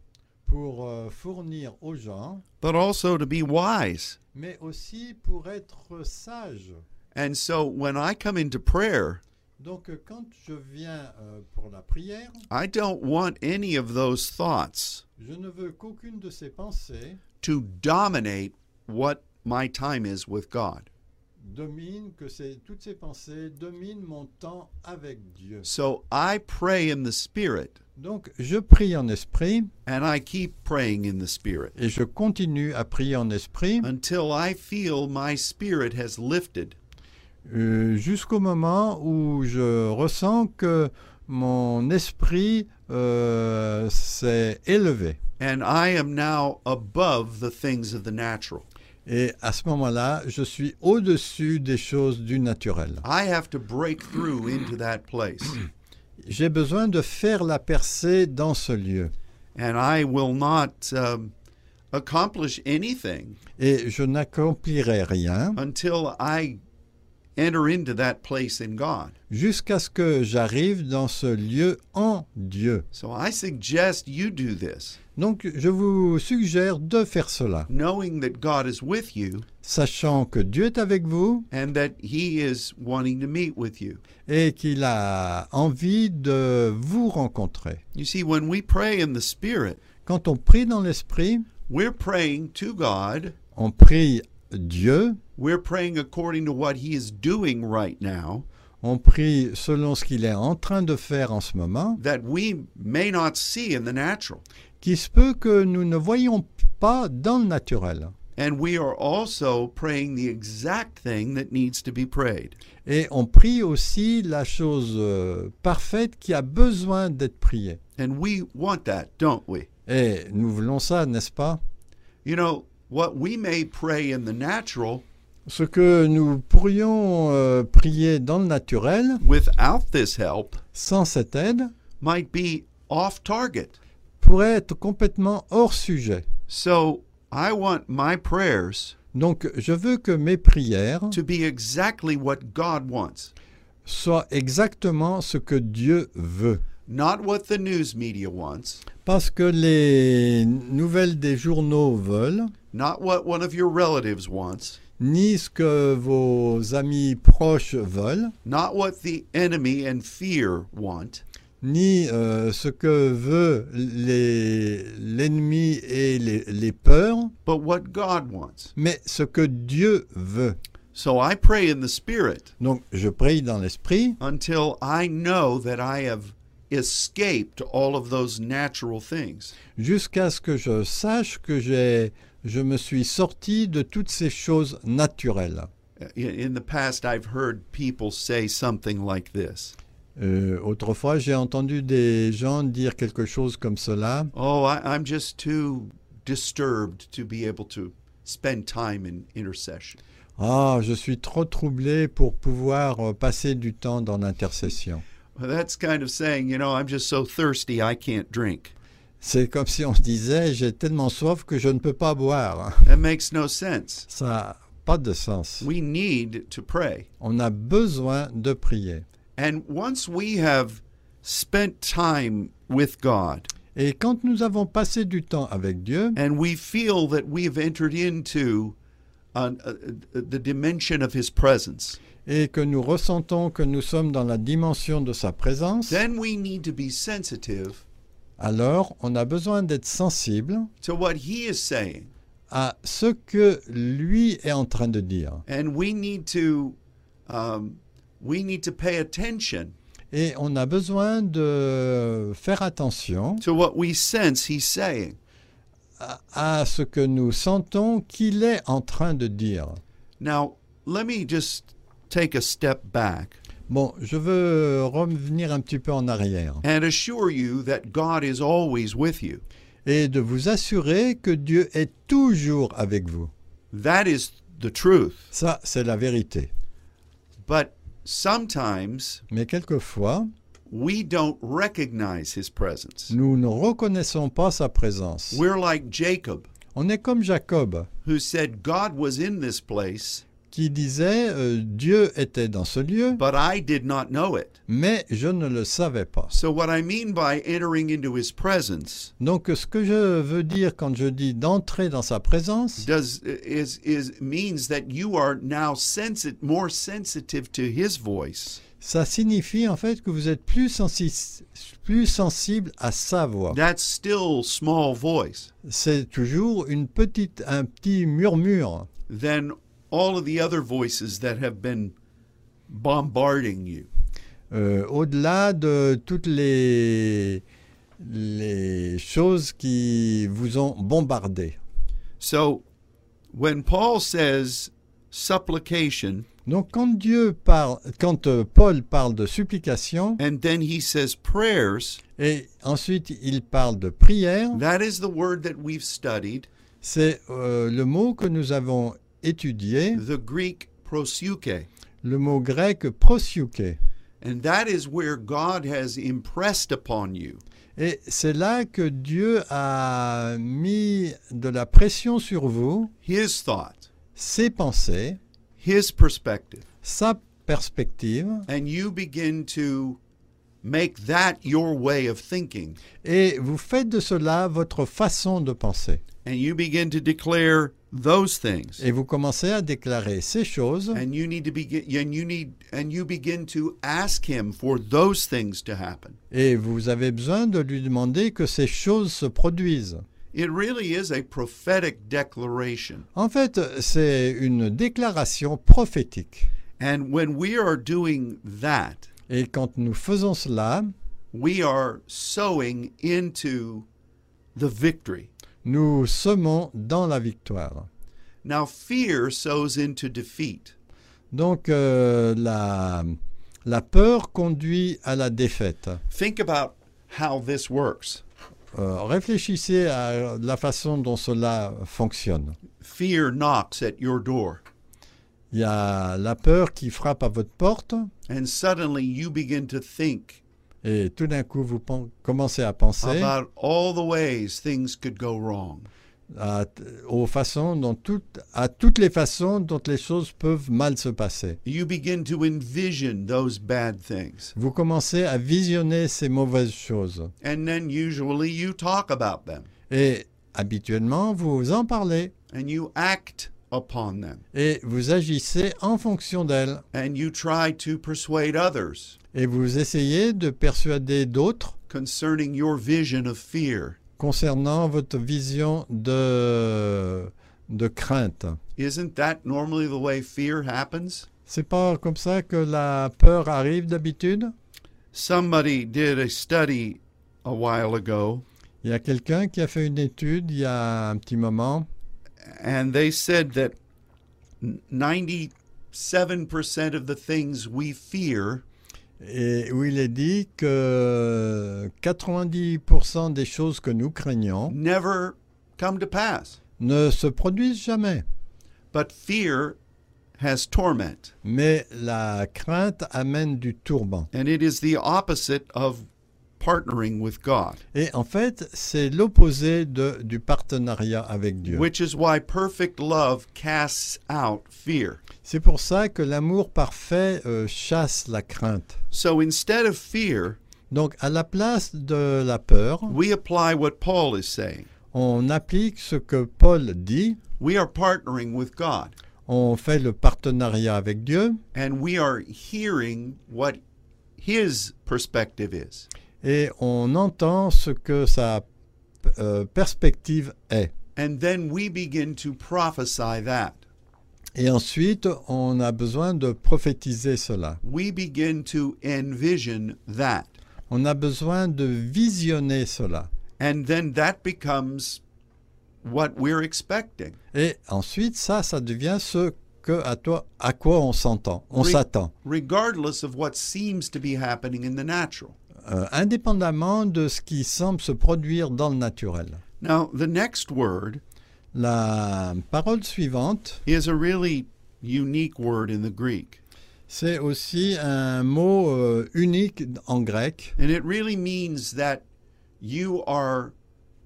[SPEAKER 2] pour euh, fournir aux gens,
[SPEAKER 1] but also to be wise.
[SPEAKER 2] mais aussi pour être sage.
[SPEAKER 1] And so when I come into prayer,
[SPEAKER 2] Donc euh, quand je viens euh, pour la prière,
[SPEAKER 1] I don't want any of those thoughts
[SPEAKER 2] je ne veux qu'aucune de ces pensées
[SPEAKER 1] to dominate what my time is with God.
[SPEAKER 2] domine, que ces- toutes ces pensées dominent mon temps avec Dieu.
[SPEAKER 1] So I pray in the Spirit
[SPEAKER 2] Donc je prie en esprit
[SPEAKER 1] and I keep praying in the Spirit
[SPEAKER 2] et je continue à prier en esprit
[SPEAKER 1] until I feel my spirit has lifted
[SPEAKER 2] euh, jusqu'au moment où je ressens que mon esprit euh, s'est élevé.
[SPEAKER 1] and I am now above the things of the natural.
[SPEAKER 2] Et à ce moment-là, je suis au-dessus des choses du naturel.
[SPEAKER 1] I have to break through into that place
[SPEAKER 2] J'ai besoin de faire la percée dans ce lieu.
[SPEAKER 1] and I will not um, accomplish anything
[SPEAKER 2] Et je n'accomplirai rien
[SPEAKER 1] until I enter into that place in God.
[SPEAKER 2] jusqu'à ce que j'arrive dans ce lieu en Dieu.
[SPEAKER 1] So I suggest you do this,
[SPEAKER 2] Donc je vous suggère de faire cela,
[SPEAKER 1] knowing that God is with you
[SPEAKER 2] sachant que Dieu est avec vous
[SPEAKER 1] and that He is wanting to meet with you.
[SPEAKER 2] et qu'il a envie de vous rencontrer.
[SPEAKER 1] You see, when we pray in the Spirit,
[SPEAKER 2] Quand on prie dans l'esprit,
[SPEAKER 1] we're praying to God,
[SPEAKER 2] on prie Dieu,
[SPEAKER 1] we're praying according to what He is doing right now,
[SPEAKER 2] on prie selon ce qu'il est en train de faire en ce moment,
[SPEAKER 1] that we may not see in the natural.
[SPEAKER 2] qui se peut que nous ne voyons pas dans le naturel.
[SPEAKER 1] And we are also praying the exact thing that needs to be prayed.
[SPEAKER 2] Et on prie aussi la chose euh, parfaite qui a besoin d'être priée.
[SPEAKER 1] And we want that, don't we?
[SPEAKER 2] Et nous voulons ça, n'est-ce pas
[SPEAKER 1] You know, what we may pray in the natural
[SPEAKER 2] Ce que nous pourrions euh, prier dans le naturel,
[SPEAKER 1] without this help
[SPEAKER 2] sans cette aide,
[SPEAKER 1] might be off target.
[SPEAKER 2] pourrait être complètement hors sujet.
[SPEAKER 1] So I want my prayers
[SPEAKER 2] Donc je veux que mes prières
[SPEAKER 1] to be exactly what God wants,
[SPEAKER 2] soient exactement ce que Dieu veut.
[SPEAKER 1] not what the news media wants,
[SPEAKER 2] Parce que les nouvelles des journaux veulent,
[SPEAKER 1] not what one of your relatives wants,
[SPEAKER 2] ni ce que vos amis proches veulent,
[SPEAKER 1] not what the enemy and fear want,
[SPEAKER 2] ni euh, ce que veut les- l'ennemi et les, les peurs,
[SPEAKER 1] but what God wants.
[SPEAKER 2] mais ce que Dieu veut.
[SPEAKER 1] So I pray in the Spirit
[SPEAKER 2] Donc je prie dans l'esprit
[SPEAKER 1] until I know that I have escaped all of those natural things.
[SPEAKER 2] jusqu'à ce que je sache que j'ai, je me suis sorti de toutes ces choses naturelles.
[SPEAKER 1] Uh, In, in the past, I've heard people say something like this
[SPEAKER 2] Euh, autrefois, j'ai entendu des gens dire quelque chose comme cela.
[SPEAKER 1] Oh, I, I'm just too disturbed to be able to spend time in intercession.
[SPEAKER 2] Ah, je suis trop troublé pour pouvoir euh, passer du temps dans l'intercession.
[SPEAKER 1] Well, that's kind of saying, you know, I'm just so thirsty I can't drink.
[SPEAKER 2] C'est comme si on se disait, j'ai tellement soif que je ne peux pas boire.
[SPEAKER 1] That makes no sense.
[SPEAKER 2] Ça n'a pas de sens.
[SPEAKER 1] We need to pray.
[SPEAKER 2] On a besoin de prier.
[SPEAKER 1] And once we have spent time with God
[SPEAKER 2] Et quand nous avons passé du temps avec Dieu
[SPEAKER 1] and we feel that we've entered into an, uh, uh, the dimension of His presence,
[SPEAKER 2] et que nous ressentons que nous sommes dans la dimension de sa présence,
[SPEAKER 1] then we need to be sensitive
[SPEAKER 2] alors on a besoin d'être sensible
[SPEAKER 1] to what He is saying.
[SPEAKER 2] à ce que lui est en train de dire.
[SPEAKER 1] and we need to um, we need to pay attention
[SPEAKER 2] Et on a besoin de faire attention
[SPEAKER 1] to what we sense he's saying
[SPEAKER 2] à, à ce que nous sentons qu'il est en train de dire.
[SPEAKER 1] now let me just take a step back
[SPEAKER 2] Bon, je veux revenir un petit peu en arrière
[SPEAKER 1] and assure you that god is always with you
[SPEAKER 2] et de vous assurer que Dieu est toujours avec vous.
[SPEAKER 1] that is the truth
[SPEAKER 2] Ça, c'est la vérité.
[SPEAKER 1] but sometimes
[SPEAKER 2] Mais quelquefois,
[SPEAKER 1] we don't recognize his presence
[SPEAKER 2] nous ne reconnaissons pas sa présence.
[SPEAKER 1] we're like jacob
[SPEAKER 2] On est comme Jacob
[SPEAKER 1] who said, God was in this place,
[SPEAKER 2] qui disait euh, Dieu était dans ce lieu,
[SPEAKER 1] but I did not know it.
[SPEAKER 2] mais je ne le savais pas.
[SPEAKER 1] So, what I mean by entering into his presence
[SPEAKER 2] Donc ce que je veux dire quand je dis d'entrer dans sa présence,
[SPEAKER 1] does is is means that you are now sensitive more sensitive to his voice
[SPEAKER 2] ça signifie en fait que vous êtes plus, sensi- plus sensible à sa voix.
[SPEAKER 1] that's still small voice
[SPEAKER 2] C'est toujours une petite, un petit murmure
[SPEAKER 1] than all of the other voices that have been bombarding you
[SPEAKER 2] euh, au-delà de toutes les, les choses qui vous ont bombardé.
[SPEAKER 1] so when paul says supplication
[SPEAKER 2] Donc quand Dieu parle, quand euh, Paul parle de supplication
[SPEAKER 1] and then he says prayers
[SPEAKER 2] et ensuite il parle de prière,
[SPEAKER 1] that is the word that we've studied
[SPEAKER 2] c'est euh, le mot que nous avons étudié,
[SPEAKER 1] the greek prosuke
[SPEAKER 2] le mot grec prosyuké.
[SPEAKER 1] and that is where god has impressed upon you
[SPEAKER 2] Et c'est là que Dieu a mis de la pression sur vous,
[SPEAKER 1] his thought
[SPEAKER 2] ses pensées,
[SPEAKER 1] his perspective
[SPEAKER 2] sa perspective,
[SPEAKER 1] and you begin to make that your way of thinking
[SPEAKER 2] et vous faites de cela votre façon de penser.
[SPEAKER 1] and you begin to declare those things
[SPEAKER 2] Et vous commencez à déclarer ces choses,
[SPEAKER 1] and you need to begin and you need and you begin to ask him for those things to happen
[SPEAKER 2] et vous avez besoin de lui demander que ces choses se produisent.
[SPEAKER 1] it really is a prophetic declaration
[SPEAKER 2] En fait, c'est une déclaration prophétique.
[SPEAKER 1] and when we are doing that
[SPEAKER 2] Et quand nous faisons cela,
[SPEAKER 1] we are sowing into the victory
[SPEAKER 2] nous semons dans la victoire.
[SPEAKER 1] now fear sows into defeat
[SPEAKER 2] Donc euh, la, la peur conduit à la défaite.
[SPEAKER 1] think about how this works
[SPEAKER 2] Euh, réfléchissez à la façon dont cela fonctionne.
[SPEAKER 1] fear knocks at your door
[SPEAKER 2] Il y a la peur qui frappe à votre porte
[SPEAKER 1] And suddenly you begin to think
[SPEAKER 2] et tout d'un coup vous pen- commencez à penser
[SPEAKER 1] about all the ways things could go wrong.
[SPEAKER 2] à, t- aux façons dont tout- à toutes les façons dont les choses peuvent mal se passer.
[SPEAKER 1] You begin to envision those bad things.
[SPEAKER 2] Vous commencez à visionner ces mauvaises choses
[SPEAKER 1] And then usually you talk about them
[SPEAKER 2] et habituellement vous en parlez
[SPEAKER 1] and you act upon them
[SPEAKER 2] et vous agissez en fonction d'elles.
[SPEAKER 1] and you try to persuade others
[SPEAKER 2] et vous essayez de persuader d'autres
[SPEAKER 1] concerning your vision of fear.
[SPEAKER 2] concernant votre vision de, de crainte.
[SPEAKER 1] Isn't that normally the way fear happens?
[SPEAKER 2] C'est pas comme ça que la peur arrive d'habitude
[SPEAKER 1] Somebody did a study a while ago
[SPEAKER 2] Il y a quelqu'un qui a fait une étude il y a un petit moment
[SPEAKER 1] and they said that 97% of the things we fear
[SPEAKER 2] et où il est dit que 90% des choses que nous craignons
[SPEAKER 1] never come to pass.
[SPEAKER 2] ne se produisent jamais.
[SPEAKER 1] But fear has torment,
[SPEAKER 2] Mais la crainte amène du tourment.
[SPEAKER 1] and it is the opposite of partnering with God,
[SPEAKER 2] Et en fait, c'est l'opposé de- du partenariat avec Dieu.
[SPEAKER 1] which is why perfect love casts out fear.
[SPEAKER 2] C'est pour ça que l'amour parfait euh, chasse la crainte.
[SPEAKER 1] So instead of fear,
[SPEAKER 2] Donc à la place de la peur,
[SPEAKER 1] we apply what Paul is saying.
[SPEAKER 2] on applique ce que Paul dit,
[SPEAKER 1] We are partnering with God,
[SPEAKER 2] on fait le partenariat avec Dieu
[SPEAKER 1] and we are hearing what his perspective is.
[SPEAKER 2] et on entend ce que sa euh, perspective est.
[SPEAKER 1] And then we begin to prophesy that.
[SPEAKER 2] Et ensuite, on a besoin de prophétiser cela.
[SPEAKER 1] We begin to envision that.
[SPEAKER 2] On a besoin de visionner cela.
[SPEAKER 1] And then that becomes what we're expecting.
[SPEAKER 2] Et ensuite, ça, ça devient ce que à, toi, à quoi on s'entend, on
[SPEAKER 1] Oui.
[SPEAKER 2] s'attend.
[SPEAKER 1] Regardless of what seems to be happening in the natural.
[SPEAKER 2] euh, indépendamment de ce qui semble se produire dans le naturel.
[SPEAKER 1] Now, the next word
[SPEAKER 2] La parole suivante,
[SPEAKER 1] is a really unique word in the Greek,
[SPEAKER 2] c'est aussi un mot euh, unique en grec
[SPEAKER 1] and it really means that you are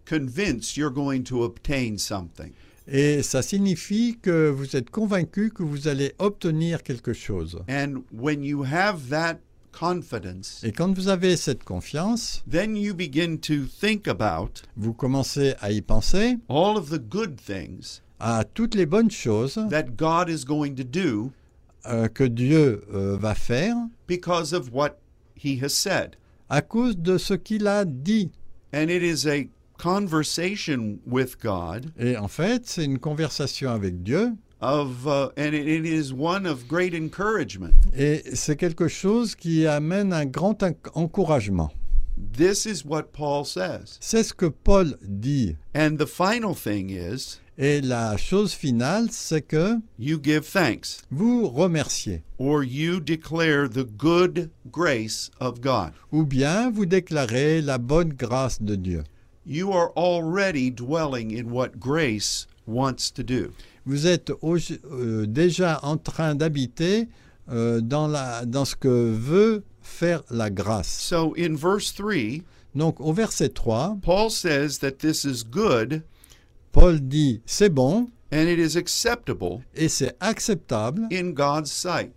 [SPEAKER 1] convinced you're going to obtain something.
[SPEAKER 2] Et ça signifie que vous êtes convaincu que vous allez obtenir quelque chose.
[SPEAKER 1] And when you have that confidence,
[SPEAKER 2] Et quand vous avez cette confiance,
[SPEAKER 1] then you begin to think about
[SPEAKER 2] vous commencez à y penser
[SPEAKER 1] all of the good things
[SPEAKER 2] à toutes les bonnes choses
[SPEAKER 1] that God is going to do
[SPEAKER 2] euh, que Dieu euh, va faire
[SPEAKER 1] because of what He has said.
[SPEAKER 2] à cause de ce qu'il a dit.
[SPEAKER 1] And it is a conversation with God
[SPEAKER 2] Et en fait, c'est une conversation avec Dieu
[SPEAKER 1] of, uh, and it- it is one of great encouragement.
[SPEAKER 2] et c'est quelque chose qui amène un grand en- encouragement.
[SPEAKER 1] This is what Paul says.
[SPEAKER 2] C'est ce que Paul dit.
[SPEAKER 1] And the final thing is
[SPEAKER 2] Et la chose finale, c'est que
[SPEAKER 1] you give thanks
[SPEAKER 2] vous remerciez
[SPEAKER 1] or you declare the good grace of God.
[SPEAKER 2] ou bien vous déclarez la bonne grâce de Dieu.
[SPEAKER 1] You are already dwelling in what grace wants to do.
[SPEAKER 2] Vous êtes au- euh, déjà en train d'habiter euh, dans, la- dans ce que veut faire la grâce.
[SPEAKER 1] So in verse 3,
[SPEAKER 2] Donc au verset 3,
[SPEAKER 1] Paul says that this is good
[SPEAKER 2] Paul dit c'est bon
[SPEAKER 1] and it is acceptable
[SPEAKER 2] et c'est acceptable
[SPEAKER 1] in God's sight.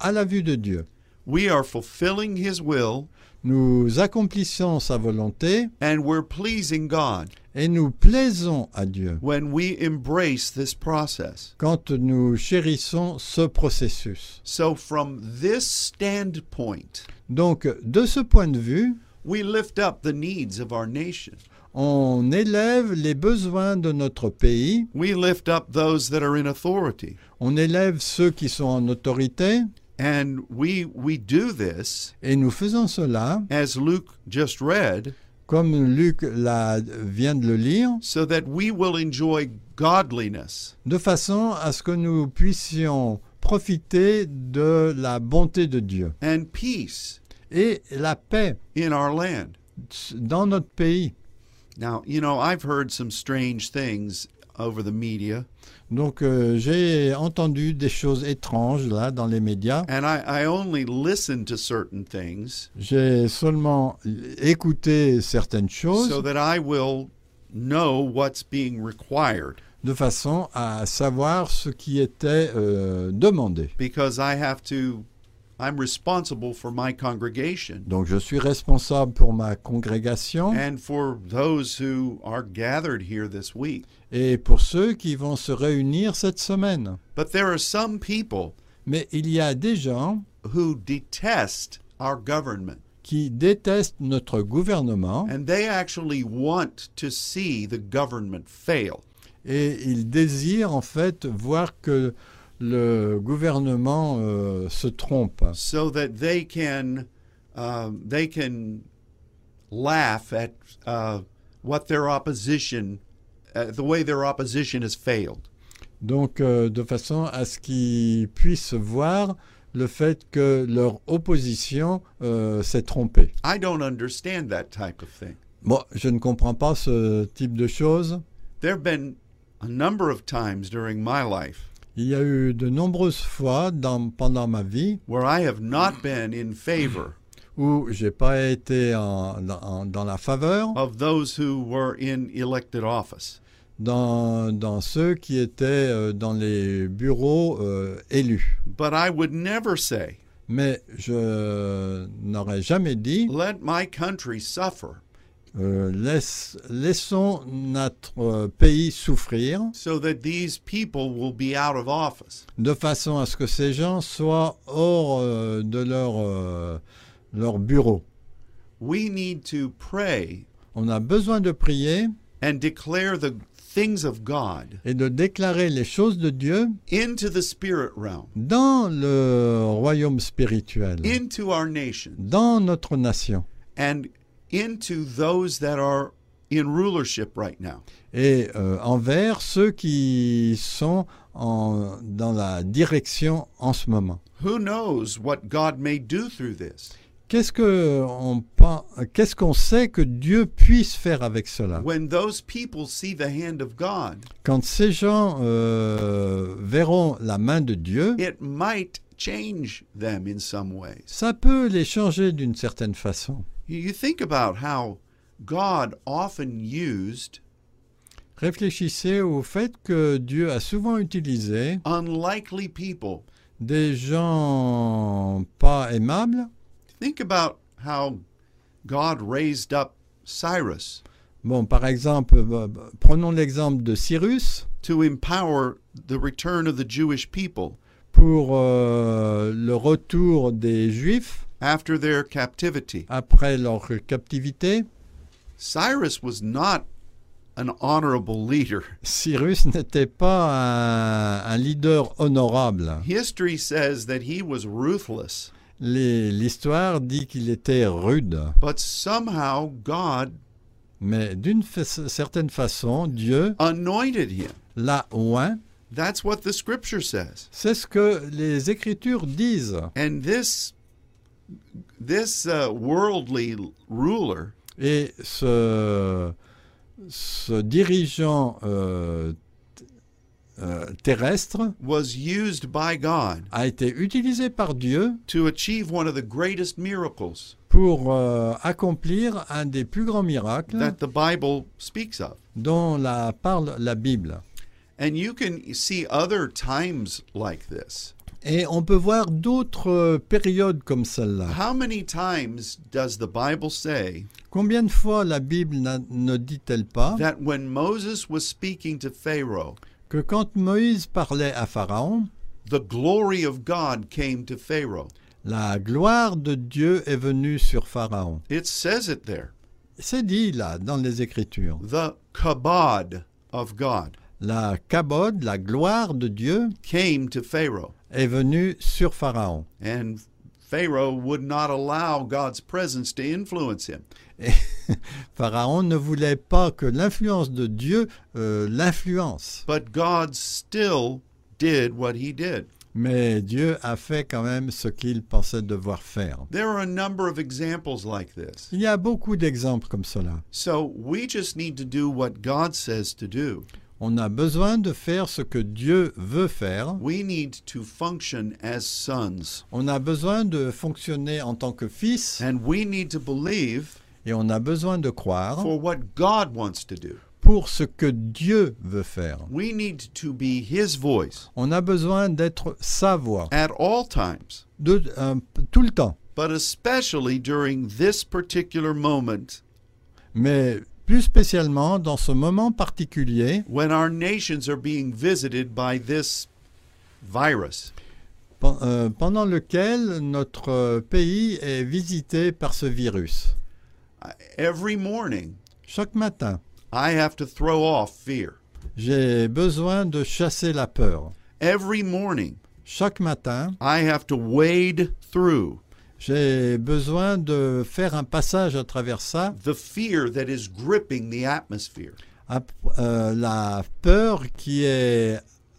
[SPEAKER 2] à la vue de Dieu.
[SPEAKER 1] We are fulfilling his will
[SPEAKER 2] Nous accomplissons sa volonté
[SPEAKER 1] and we're pleasing God
[SPEAKER 2] et nous plaisons à Dieu
[SPEAKER 1] when we embrace this process.
[SPEAKER 2] quand nous chérissons ce processus.
[SPEAKER 1] So from this standpoint,
[SPEAKER 2] Donc de ce point de vue,
[SPEAKER 1] we lift up the needs of our nation.
[SPEAKER 2] on élève les besoins de notre pays,
[SPEAKER 1] We lift up those that are in authority.
[SPEAKER 2] on élève ceux qui sont en autorité
[SPEAKER 1] And we we do this
[SPEAKER 2] et nous faisons cela,
[SPEAKER 1] as Luke just read
[SPEAKER 2] comme Luc l'a- vient de le lire,
[SPEAKER 1] so that we will enjoy godliness.
[SPEAKER 2] de façon à ce que nous puissions profiter de la bonté de Dieu
[SPEAKER 1] and peace
[SPEAKER 2] et la paix
[SPEAKER 1] in our land.
[SPEAKER 2] dans notre pays.
[SPEAKER 1] Now, you know, I've heard some strange things over the media,
[SPEAKER 2] Donc euh, j'ai entendu des choses étranges là dans les médias.
[SPEAKER 1] and I, I only listen to certain things
[SPEAKER 2] J'ai seulement écouté certaines choses
[SPEAKER 1] so that I will know what's being required
[SPEAKER 2] de façon à savoir ce qui était euh, demandé.
[SPEAKER 1] because I have to, I'm responsible for my congregation
[SPEAKER 2] Donc je suis responsable pour ma congrégation
[SPEAKER 1] and for those who are gathered here this week.
[SPEAKER 2] et pour ceux qui vont se réunir cette semaine.
[SPEAKER 1] But there are some people
[SPEAKER 2] Mais il y a des gens
[SPEAKER 1] who detest our government,
[SPEAKER 2] qui détestent notre gouvernement
[SPEAKER 1] and they actually want to see the government fail.
[SPEAKER 2] et ils désirent en fait voir que le gouvernement euh, se trompe.
[SPEAKER 1] so that they can um, they can laugh at uh, what their opposition uh, the way their opposition has failed
[SPEAKER 2] Donc, euh, de façon à ce qu'ils puissent voir le fait que leur opposition euh, s'est trompée.
[SPEAKER 1] i don't understand that type of thing
[SPEAKER 2] Bon, je ne comprends pas ce type de choses.
[SPEAKER 1] there have been a number of times during my life
[SPEAKER 2] Il y a eu de nombreuses fois dans- pendant ma vie
[SPEAKER 1] where i have not been in favor
[SPEAKER 2] où j'ai pas été en- en- dans la faveur
[SPEAKER 1] of those who were in elected office
[SPEAKER 2] dans, dans ceux qui étaient euh, dans les bureaux euh, élus.
[SPEAKER 1] but i would never say
[SPEAKER 2] Mais je n'aurais jamais dit
[SPEAKER 1] let my country suffer
[SPEAKER 2] euh, laisse- laissons notre euh, pays souffrir
[SPEAKER 1] so that these people will be out of office
[SPEAKER 2] de façon à ce que ces gens soient hors euh, de leur, euh, leur bureau.
[SPEAKER 1] we need to pray
[SPEAKER 2] On a besoin de prier
[SPEAKER 1] and declare the things of God
[SPEAKER 2] et de déclarer les choses de Dieu
[SPEAKER 1] into the spirit realm,
[SPEAKER 2] dans le royaume spirituel,
[SPEAKER 1] into our nation,
[SPEAKER 2] dans notre nation
[SPEAKER 1] and into those that are in rulership right now.
[SPEAKER 2] et euh, envers ceux qui sont en- dans la direction en ce moment.
[SPEAKER 1] Who knows what God may do through this
[SPEAKER 2] Qu'est-ce que on pen- qu'est-ce qu'on sait que Dieu puisse faire avec cela
[SPEAKER 1] when those people see the hand of God?
[SPEAKER 2] Quand ces gens euh, verront la main de Dieu,
[SPEAKER 1] It might change them in some ways.
[SPEAKER 2] ça peut les changer d'une certaine façon.
[SPEAKER 1] You- You think about how God often used
[SPEAKER 2] Réfléchissez au fait que Dieu a souvent utilisé
[SPEAKER 1] unlikely people.
[SPEAKER 2] des gens pas aimables.
[SPEAKER 1] Think about how God raised up Cyrus
[SPEAKER 2] Bon, par exemple, euh, prenons l'exemple de Cyrus
[SPEAKER 1] to empower the return of the Jewish people
[SPEAKER 2] pour euh, le retour des Juifs
[SPEAKER 1] after their captivity.
[SPEAKER 2] après leur captivité.
[SPEAKER 1] Cyrus was not an honorable leader.
[SPEAKER 2] Cyrus n'était pas un, un leader honorable.
[SPEAKER 1] History says that he was ruthless,
[SPEAKER 2] Les- L'histoire dit qu'il était rude,
[SPEAKER 1] but somehow God
[SPEAKER 2] mais d'une fa- certaine façon, Dieu
[SPEAKER 1] anointed him.
[SPEAKER 2] l'a oint.
[SPEAKER 1] That's what the scripture says.
[SPEAKER 2] C'est ce que les Écritures disent.
[SPEAKER 1] And this this uh, worldly ruler
[SPEAKER 2] Et ce, ce dirigeant euh, t- euh, terrestre
[SPEAKER 1] was used by God
[SPEAKER 2] a été utilisé par Dieu
[SPEAKER 1] to achieve one of the greatest miracles
[SPEAKER 2] pour euh, accomplir un des plus grands miracles
[SPEAKER 1] that the Bible speaks of.
[SPEAKER 2] dont la parle la Bible.
[SPEAKER 1] And you can see other times like this.
[SPEAKER 2] Et on peut voir d'autres euh, périodes comme celle-là.
[SPEAKER 1] How many times does the Bible say
[SPEAKER 2] Combien de fois la Bible n'a- ne dit-elle pas
[SPEAKER 1] that when Moses was speaking to Pharaoh,
[SPEAKER 2] que quand Moïse parlait à Pharaon,
[SPEAKER 1] the glory of God came to Pharaoh?
[SPEAKER 2] la gloire de Dieu est venue sur Pharaon
[SPEAKER 1] It says it there.
[SPEAKER 2] C'est dit là dans les Écritures.
[SPEAKER 1] The kabod of God
[SPEAKER 2] La cabode, la gloire de Dieu,
[SPEAKER 1] came to Pharaoh.
[SPEAKER 2] est venue sur Pharaon.
[SPEAKER 1] And Pharaoh would not allow God's presence to influence him.
[SPEAKER 2] Et Pharaon ne voulait pas que l'influence de Dieu euh, l'influence.
[SPEAKER 1] But God still did what he did.
[SPEAKER 2] Mais Dieu a fait quand même ce qu'il pensait devoir faire.
[SPEAKER 1] There are a number of examples like this.
[SPEAKER 2] Il y a beaucoup d'exemples comme cela.
[SPEAKER 1] So we just need to do what God says to do.
[SPEAKER 2] On a besoin de faire ce que Dieu veut faire.
[SPEAKER 1] We need to function as sons,
[SPEAKER 2] On a besoin de fonctionner en tant que fils
[SPEAKER 1] and we need to believe
[SPEAKER 2] et on a besoin de croire
[SPEAKER 1] for what God wants to do.
[SPEAKER 2] pour ce que Dieu veut faire.
[SPEAKER 1] We need to be His voice
[SPEAKER 2] On a besoin d'être sa voix
[SPEAKER 1] at all times,
[SPEAKER 2] de, euh, tout le temps.
[SPEAKER 1] but especially during this particular moment
[SPEAKER 2] Mais plus spécialement dans ce moment particulier
[SPEAKER 1] when our nations are being visited by this virus.
[SPEAKER 2] pen- euh, pendant lequel notre euh, pays est visité par ce virus.
[SPEAKER 1] I- Every morning,
[SPEAKER 2] Chaque matin,
[SPEAKER 1] I have to throw off fear.
[SPEAKER 2] j'ai besoin de chasser la peur.
[SPEAKER 1] Every morning,
[SPEAKER 2] Chaque matin,
[SPEAKER 1] I have to wade through
[SPEAKER 2] j'ai besoin de faire un passage à travers ça,
[SPEAKER 1] the fear that is gripping the atmosphere.
[SPEAKER 2] à- euh, la peur qui est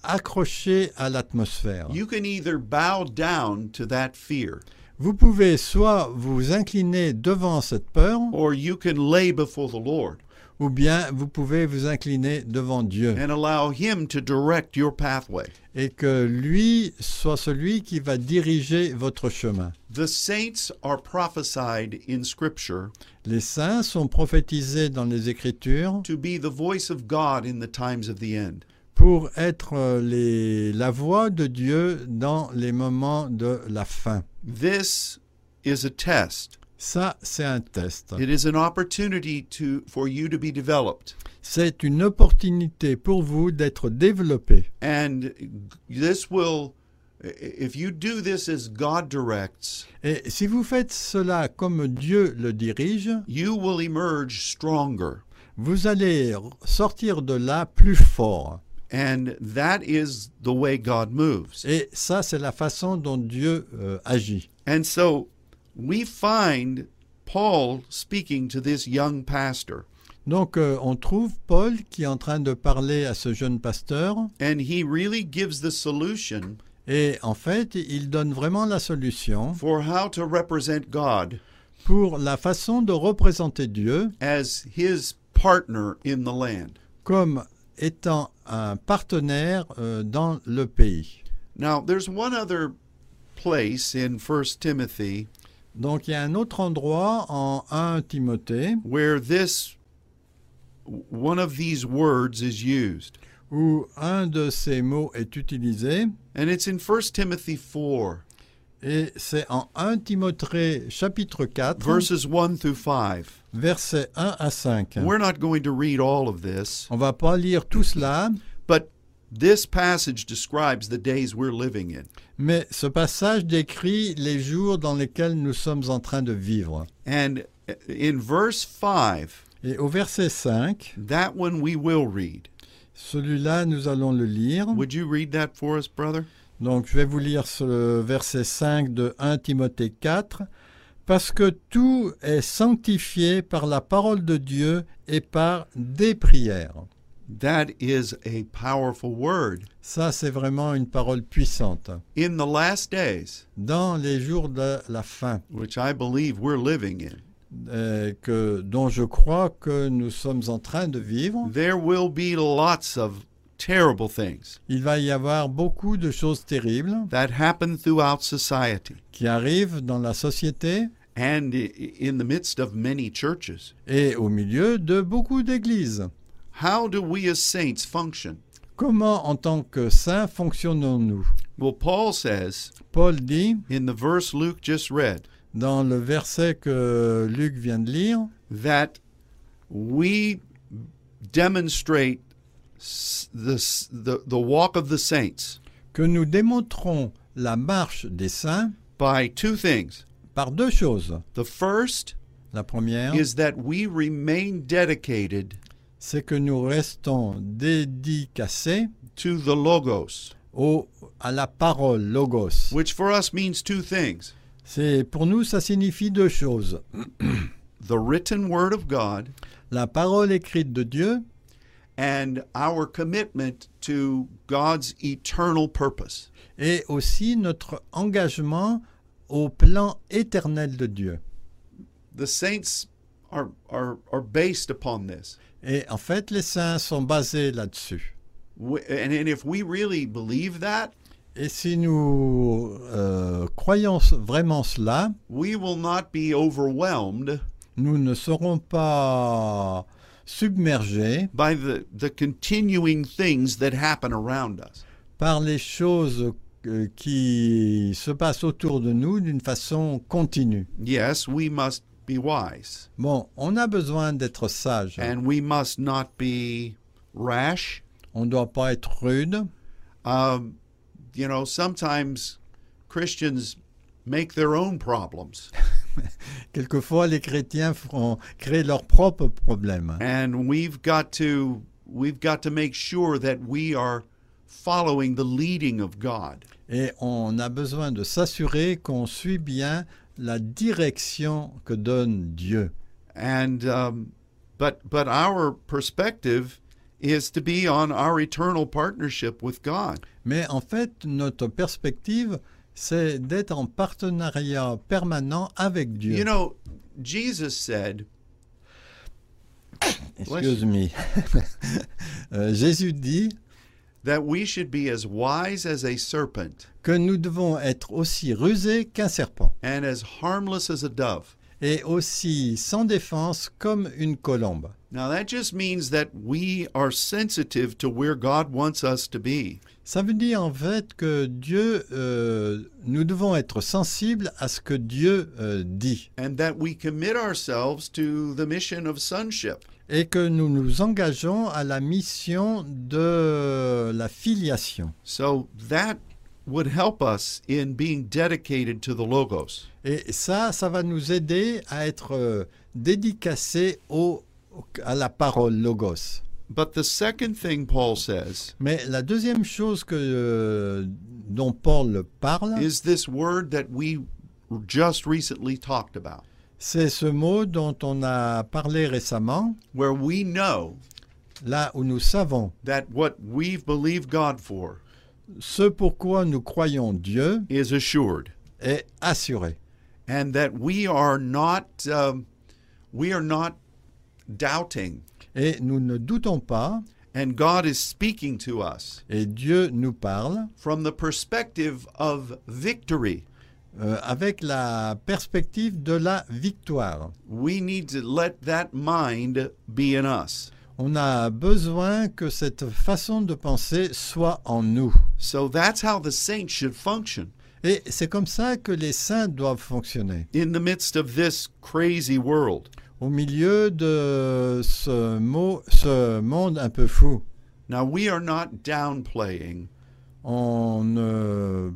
[SPEAKER 2] accrochée à l'atmosphère.
[SPEAKER 1] You can either bow down to that fear
[SPEAKER 2] Vous pouvez soit vous incliner devant cette peur,
[SPEAKER 1] or you can lay before the Lord
[SPEAKER 2] ou bien vous pouvez vous incliner devant Dieu.
[SPEAKER 1] and allow Him to direct your pathway.
[SPEAKER 2] et que lui soit celui qui va diriger votre chemin.
[SPEAKER 1] The saints are prophesied in Scripture
[SPEAKER 2] Les saints sont prophétisés dans les Écritures
[SPEAKER 1] to be the voice of God in the times of the end.
[SPEAKER 2] pour être euh, les- la voix de Dieu dans les moments de la fin.
[SPEAKER 1] This is a test.
[SPEAKER 2] Ça, c'est un test.
[SPEAKER 1] It is an opportunity to for you to be developed.
[SPEAKER 2] C'est une opportunité pour vous d'être développé.
[SPEAKER 1] And this will if you do this as God directs,
[SPEAKER 2] Et si vous faites cela comme Dieu le dirige,
[SPEAKER 1] you will emerge stronger.
[SPEAKER 2] vous allez r- sortir de là plus fort.
[SPEAKER 1] And that is the way God moves.
[SPEAKER 2] Et ça, c'est la façon dont Dieu euh, agit.
[SPEAKER 1] And so we find Paul speaking to this young pastor,
[SPEAKER 2] Donc euh, on trouve Paul qui est en train de parler à ce jeune pasteur
[SPEAKER 1] and he really gives the solution
[SPEAKER 2] et en fait il donne vraiment la solution
[SPEAKER 1] for how to represent God
[SPEAKER 2] pour la façon de représenter Dieu
[SPEAKER 1] as his partner in the land.
[SPEAKER 2] comme étant un partenaire euh, dans le pays.
[SPEAKER 1] Now, there's one other place in First Timothy
[SPEAKER 2] Donc il y a un autre endroit en 1 Timothée
[SPEAKER 1] where this one of these words is used.
[SPEAKER 2] où un de ces mots est utilisé
[SPEAKER 1] And it's in 1 Timothy 4,
[SPEAKER 2] et c'est en 1 Timothée chapitre 4
[SPEAKER 1] verses 1 through 5.
[SPEAKER 2] versets 1 à 5.
[SPEAKER 1] We're not going to read all of this,
[SPEAKER 2] On va pas lire tout cela,
[SPEAKER 1] but this passage describes the days we're living in.
[SPEAKER 2] mais ce passage décrit les jours dans lesquels nous sommes en train de vivre.
[SPEAKER 1] And in verse 5,
[SPEAKER 2] Et au verset 5,
[SPEAKER 1] that one we will read.
[SPEAKER 2] celui-là nous allons le lire.
[SPEAKER 1] Would you read that for us, brother?
[SPEAKER 2] Donc je vais vous lire ce verset 5 de 1 Timothée 4. Parce que tout est sanctifié par la parole de Dieu et par des prières.
[SPEAKER 1] That is a powerful word.
[SPEAKER 2] Ça, c'est vraiment une parole puissante.
[SPEAKER 1] In the last days,
[SPEAKER 2] Dans les jours de la fin,
[SPEAKER 1] which I believe we're living in,
[SPEAKER 2] euh, que, dont je crois que nous sommes en train de vivre,
[SPEAKER 1] there will be lots of terrible things
[SPEAKER 2] il va y avoir beaucoup de choses terribles
[SPEAKER 1] that happen throughout society
[SPEAKER 2] qui arrivent dans la société
[SPEAKER 1] and i- in the midst of many churches.
[SPEAKER 2] et au milieu de beaucoup d'églises.
[SPEAKER 1] How do we as saints function?
[SPEAKER 2] Comment, en tant que saints, fonctionnons-nous
[SPEAKER 1] Well, Paul says
[SPEAKER 2] Paul dit,
[SPEAKER 1] in the verse Luke just read
[SPEAKER 2] dans le verset que Luc vient de lire,
[SPEAKER 1] that we demonstrate s- the, s- the, the walk of the saints
[SPEAKER 2] que nous démontrons la marche des saints
[SPEAKER 1] by two things.
[SPEAKER 2] par deux choses.
[SPEAKER 1] The first
[SPEAKER 2] La première,
[SPEAKER 1] is that we remain dedicated
[SPEAKER 2] c'est que nous restons dédicacés
[SPEAKER 1] to the Logos,
[SPEAKER 2] au, à la parole logos.
[SPEAKER 1] which for us means two things
[SPEAKER 2] C'est pour nous ça signifie deux choses
[SPEAKER 1] the written Word of God
[SPEAKER 2] la parole écrite de Dieu
[SPEAKER 1] and our commitment to God's eternal purpose.
[SPEAKER 2] et aussi notre engagement au plan éternel de Dieu.
[SPEAKER 1] The saints are, are, are based upon this.
[SPEAKER 2] Et en fait, les saints sont basés là-dessus.
[SPEAKER 1] W- And, and if we really believe that,
[SPEAKER 2] Et si nous euh, croyons ce- vraiment cela,
[SPEAKER 1] we will not be overwhelmed
[SPEAKER 2] nous ne serons pas submergés
[SPEAKER 1] by the, the continuing things that happen around us.
[SPEAKER 2] par les choses euh, qui se passent autour de nous d'une façon continue.
[SPEAKER 1] Yes, we must be wise
[SPEAKER 2] Bon, on a besoin d'être sage.
[SPEAKER 1] and we must not be rash.
[SPEAKER 2] On ne doit pas être rude.
[SPEAKER 1] Um, you know, sometimes Christians make their own problems
[SPEAKER 2] Quelquefois, les chrétiens feront créer leurs propres problèmes.
[SPEAKER 1] and we've got to we've got to make sure that we are following the leading of God.
[SPEAKER 2] Et on a besoin de s'assurer qu'on suit bien la direction que donne Dieu.
[SPEAKER 1] and um, but but our perspective is to be on our eternal partnership with God.
[SPEAKER 2] Mais en fait, notre perspective, c'est d'être en partenariat permanent avec Dieu.
[SPEAKER 1] You know, Jesus said,
[SPEAKER 2] Excuse me. Euh, Jésus dit
[SPEAKER 1] that we should be as wise as a serpent
[SPEAKER 2] que nous devons être aussi rusés qu'un serpent
[SPEAKER 1] and as harmless as a dove.
[SPEAKER 2] et aussi sans défense comme une colombe.
[SPEAKER 1] Now that just means that we are sensitive to where God wants us to be.
[SPEAKER 2] Ça veut dire en fait que Dieu, euh, nous devons être sensibles à ce que Dieu euh, dit
[SPEAKER 1] And that we commit ourselves to the mission of sonship.
[SPEAKER 2] et que nous nous engageons à la mission de la filiation.
[SPEAKER 1] So that would help us in being dedicated to the Logos.
[SPEAKER 2] Et ça, ça va nous aider à être euh, dédicacés au, à la parole logos.
[SPEAKER 1] But the second thing Paul says
[SPEAKER 2] Mais la deuxième chose que, euh, dont Paul parle,
[SPEAKER 1] is this word that we just recently talked about,
[SPEAKER 2] c'est ce mot dont on a parlé récemment,
[SPEAKER 1] where we know
[SPEAKER 2] là où nous savons
[SPEAKER 1] that what we've believed God for
[SPEAKER 2] ce pourquoi nous croyons Dieu
[SPEAKER 1] is assured,
[SPEAKER 2] est assuré.
[SPEAKER 1] and that we are not um, we are not doubting,
[SPEAKER 2] Et nous ne doutons pas,
[SPEAKER 1] and God is speaking to us
[SPEAKER 2] et Dieu nous parle
[SPEAKER 1] from the perspective of victory.
[SPEAKER 2] euh, avec la perspective de la victoire.
[SPEAKER 1] We need to let that mind be in us
[SPEAKER 2] On a besoin que cette façon de penser soit en nous.
[SPEAKER 1] So that's how the saints should function.
[SPEAKER 2] Et c'est comme ça que les saints doivent fonctionner.
[SPEAKER 1] In the midst of this crazy world,
[SPEAKER 2] Au milieu de ce, mo- ce monde un peu fou,
[SPEAKER 1] now we are not downplaying
[SPEAKER 2] on ne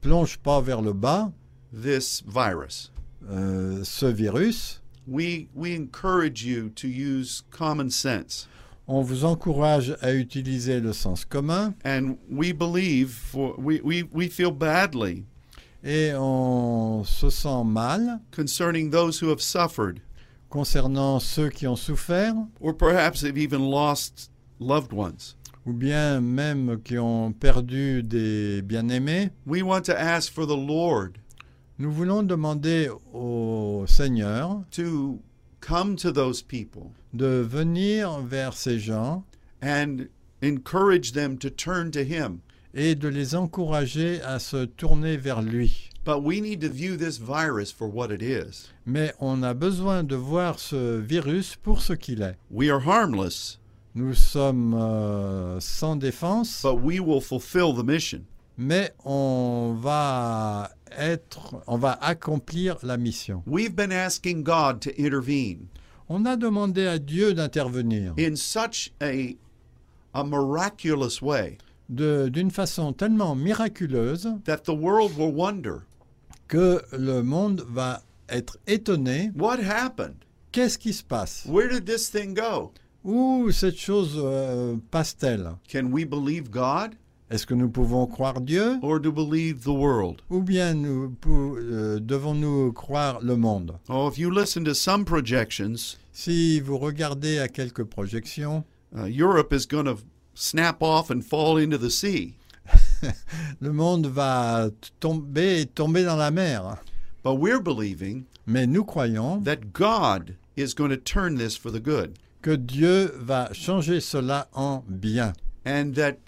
[SPEAKER 2] plonge pas vers le bas
[SPEAKER 1] this virus.
[SPEAKER 2] euh, ce virus.
[SPEAKER 1] We, we encourage you to use common sense.
[SPEAKER 2] On vous encourage à utiliser le sens commun
[SPEAKER 1] And we believe, for, we, we, we feel badly
[SPEAKER 2] et on se sent mal
[SPEAKER 1] concerning those who have suffered
[SPEAKER 2] concernant ceux qui ont souffert
[SPEAKER 1] or perhaps have even lost loved ones.
[SPEAKER 2] ou bien même qui ont perdu des bien-aimés.
[SPEAKER 1] We want to ask for the Lord
[SPEAKER 2] Nous voulons demander au Seigneur
[SPEAKER 1] to come to those people
[SPEAKER 2] de venir vers ces gens
[SPEAKER 1] and encourage them to turn to Him.
[SPEAKER 2] et de les encourager à se tourner vers lui.
[SPEAKER 1] But we need to view this virus for what it is.
[SPEAKER 2] Mais on a besoin de voir ce virus pour ce qu'il est.
[SPEAKER 1] We are harmless,
[SPEAKER 2] Nous sommes euh, sans défense,
[SPEAKER 1] but we will fulfill the mission.
[SPEAKER 2] mais on va être, on va accomplir la mission.
[SPEAKER 1] We've been asking God to intervene
[SPEAKER 2] On a demandé à Dieu d'intervenir
[SPEAKER 1] in such a a miraculous way
[SPEAKER 2] de- d'une façon tellement miraculeuse
[SPEAKER 1] that the world will wonder
[SPEAKER 2] que le monde va être étonné.
[SPEAKER 1] what happened?
[SPEAKER 2] Qu'est-ce qui se passe
[SPEAKER 1] Where did this thing go?
[SPEAKER 2] Où cette chose euh, passe-t-elle
[SPEAKER 1] Can we believe God
[SPEAKER 2] Est-ce que nous pouvons croire Dieu
[SPEAKER 1] or do believe the world?
[SPEAKER 2] ou bien nous pou- euh, devons-nous croire le monde
[SPEAKER 1] Oh, if you listen to some projections,
[SPEAKER 2] Si vous regardez à quelques projections,
[SPEAKER 1] uh, Europe is going to snap off and fall into the sea.
[SPEAKER 2] le monde va t- tomber et tomber dans la mer.
[SPEAKER 1] But we're believing
[SPEAKER 2] Mais nous croyons
[SPEAKER 1] that God is going to turn this for the good
[SPEAKER 2] que Dieu va changer cela en bien
[SPEAKER 1] and that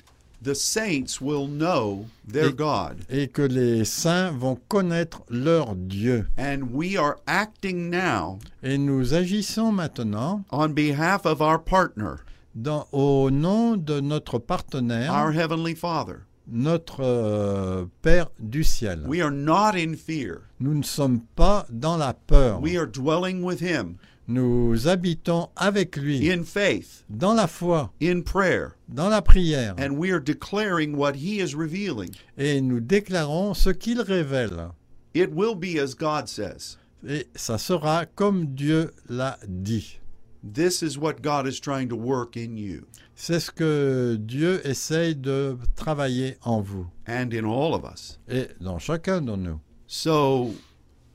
[SPEAKER 1] the saints will know their
[SPEAKER 2] It-
[SPEAKER 1] God.
[SPEAKER 2] et que les saints vont connaître leur Dieu.
[SPEAKER 1] And we are acting now
[SPEAKER 2] Et nous agissons maintenant
[SPEAKER 1] on behalf of our partner,
[SPEAKER 2] dans- au nom de notre partenaire,
[SPEAKER 1] our Heavenly Father.
[SPEAKER 2] notre euh, Père du ciel.
[SPEAKER 1] We are not in fear.
[SPEAKER 2] Nous ne sommes pas dans la peur.
[SPEAKER 1] We are dwelling with Him
[SPEAKER 2] Nous habitons avec lui,
[SPEAKER 1] in faith,
[SPEAKER 2] dans la foi,
[SPEAKER 1] in prayer,
[SPEAKER 2] dans la prière,
[SPEAKER 1] and we are declaring what He is revealing.
[SPEAKER 2] et nous déclarons ce qu'il révèle.
[SPEAKER 1] It will be as God says.
[SPEAKER 2] Et ça sera comme Dieu l'a dit.
[SPEAKER 1] This is what God is trying to work in you
[SPEAKER 2] C'est ce que Dieu essaye de travailler en vous
[SPEAKER 1] and in all of us.
[SPEAKER 2] et dans chacun de nous.
[SPEAKER 1] So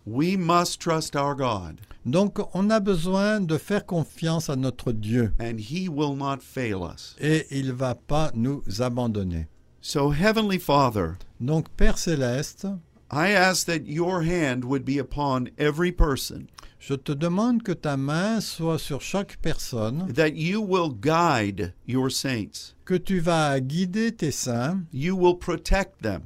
[SPEAKER 1] we must trust our God,
[SPEAKER 2] Donc on a besoin de faire confiance à notre Dieu
[SPEAKER 1] and He will not fail us.
[SPEAKER 2] et il ne va pas nous abandonner.
[SPEAKER 1] So, Heavenly Father,
[SPEAKER 2] Donc Père céleste,
[SPEAKER 1] I ask that your hand would be upon every person,
[SPEAKER 2] je te demande que ta main soit sur chaque personne
[SPEAKER 1] that you will guide your saints,
[SPEAKER 2] que tu vas guider tes saints,
[SPEAKER 1] you will protect them,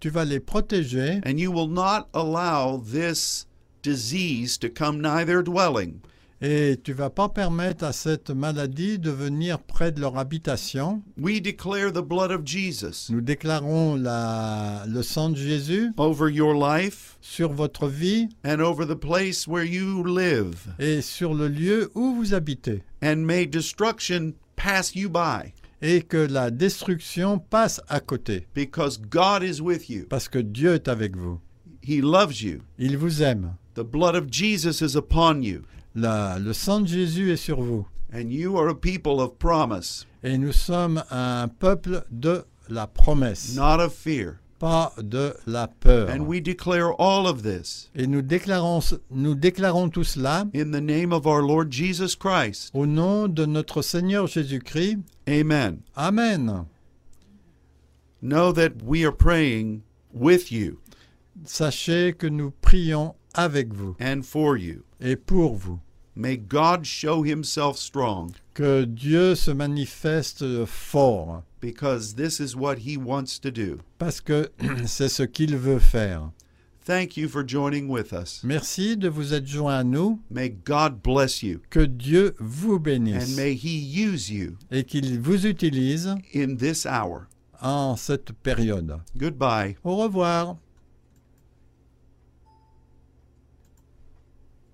[SPEAKER 2] tu vas les protéger
[SPEAKER 1] and you will not allow this disease to come nigh their dwelling,
[SPEAKER 2] et tu vas pas permettre à cette maladie de venir près de leur habitation.
[SPEAKER 1] We declare the blood of Jesus
[SPEAKER 2] Nous déclarons la- le sang de Jésus
[SPEAKER 1] over your life
[SPEAKER 2] sur votre vie
[SPEAKER 1] and over the place where you live,
[SPEAKER 2] et sur le lieu où vous habitez
[SPEAKER 1] and may destruction pass you by,
[SPEAKER 2] et que la destruction passe à côté
[SPEAKER 1] because God is with you.
[SPEAKER 2] parce que Dieu est avec vous.
[SPEAKER 1] He loves you.
[SPEAKER 2] Il vous aime.
[SPEAKER 1] The blood of Jesus is upon you,
[SPEAKER 2] La- le sang de Jésus est sur vous
[SPEAKER 1] and you are a people of promise,
[SPEAKER 2] et nous sommes un peuple de la promesse,
[SPEAKER 1] not of fear.
[SPEAKER 2] pas de la peur.
[SPEAKER 1] And we declare all of this
[SPEAKER 2] Et nous déclarons, nous déclarons tout cela
[SPEAKER 1] in the name of our Lord Jesus Christ.
[SPEAKER 2] au nom de notre Seigneur Jésus-Christ.
[SPEAKER 1] Amen.
[SPEAKER 2] Amen.
[SPEAKER 1] Know that we are praying with you
[SPEAKER 2] Sachez que nous prions avec vous
[SPEAKER 1] and for you.
[SPEAKER 2] et pour vous.
[SPEAKER 1] May God show himself strong.
[SPEAKER 2] Que Dieu se manifeste fort,
[SPEAKER 1] because this is what he wants to do.
[SPEAKER 2] parce que c'est ce qu'il veut faire.
[SPEAKER 1] Thank you for joining with us.
[SPEAKER 2] Merci de vous être joint à nous.
[SPEAKER 1] May God bless you
[SPEAKER 2] Que Dieu vous
[SPEAKER 1] and
[SPEAKER 2] bénisse
[SPEAKER 1] may He use you
[SPEAKER 2] et qu'il vous utilise
[SPEAKER 1] in this hour.
[SPEAKER 2] en cette période.
[SPEAKER 1] Goodbye.
[SPEAKER 2] Au revoir.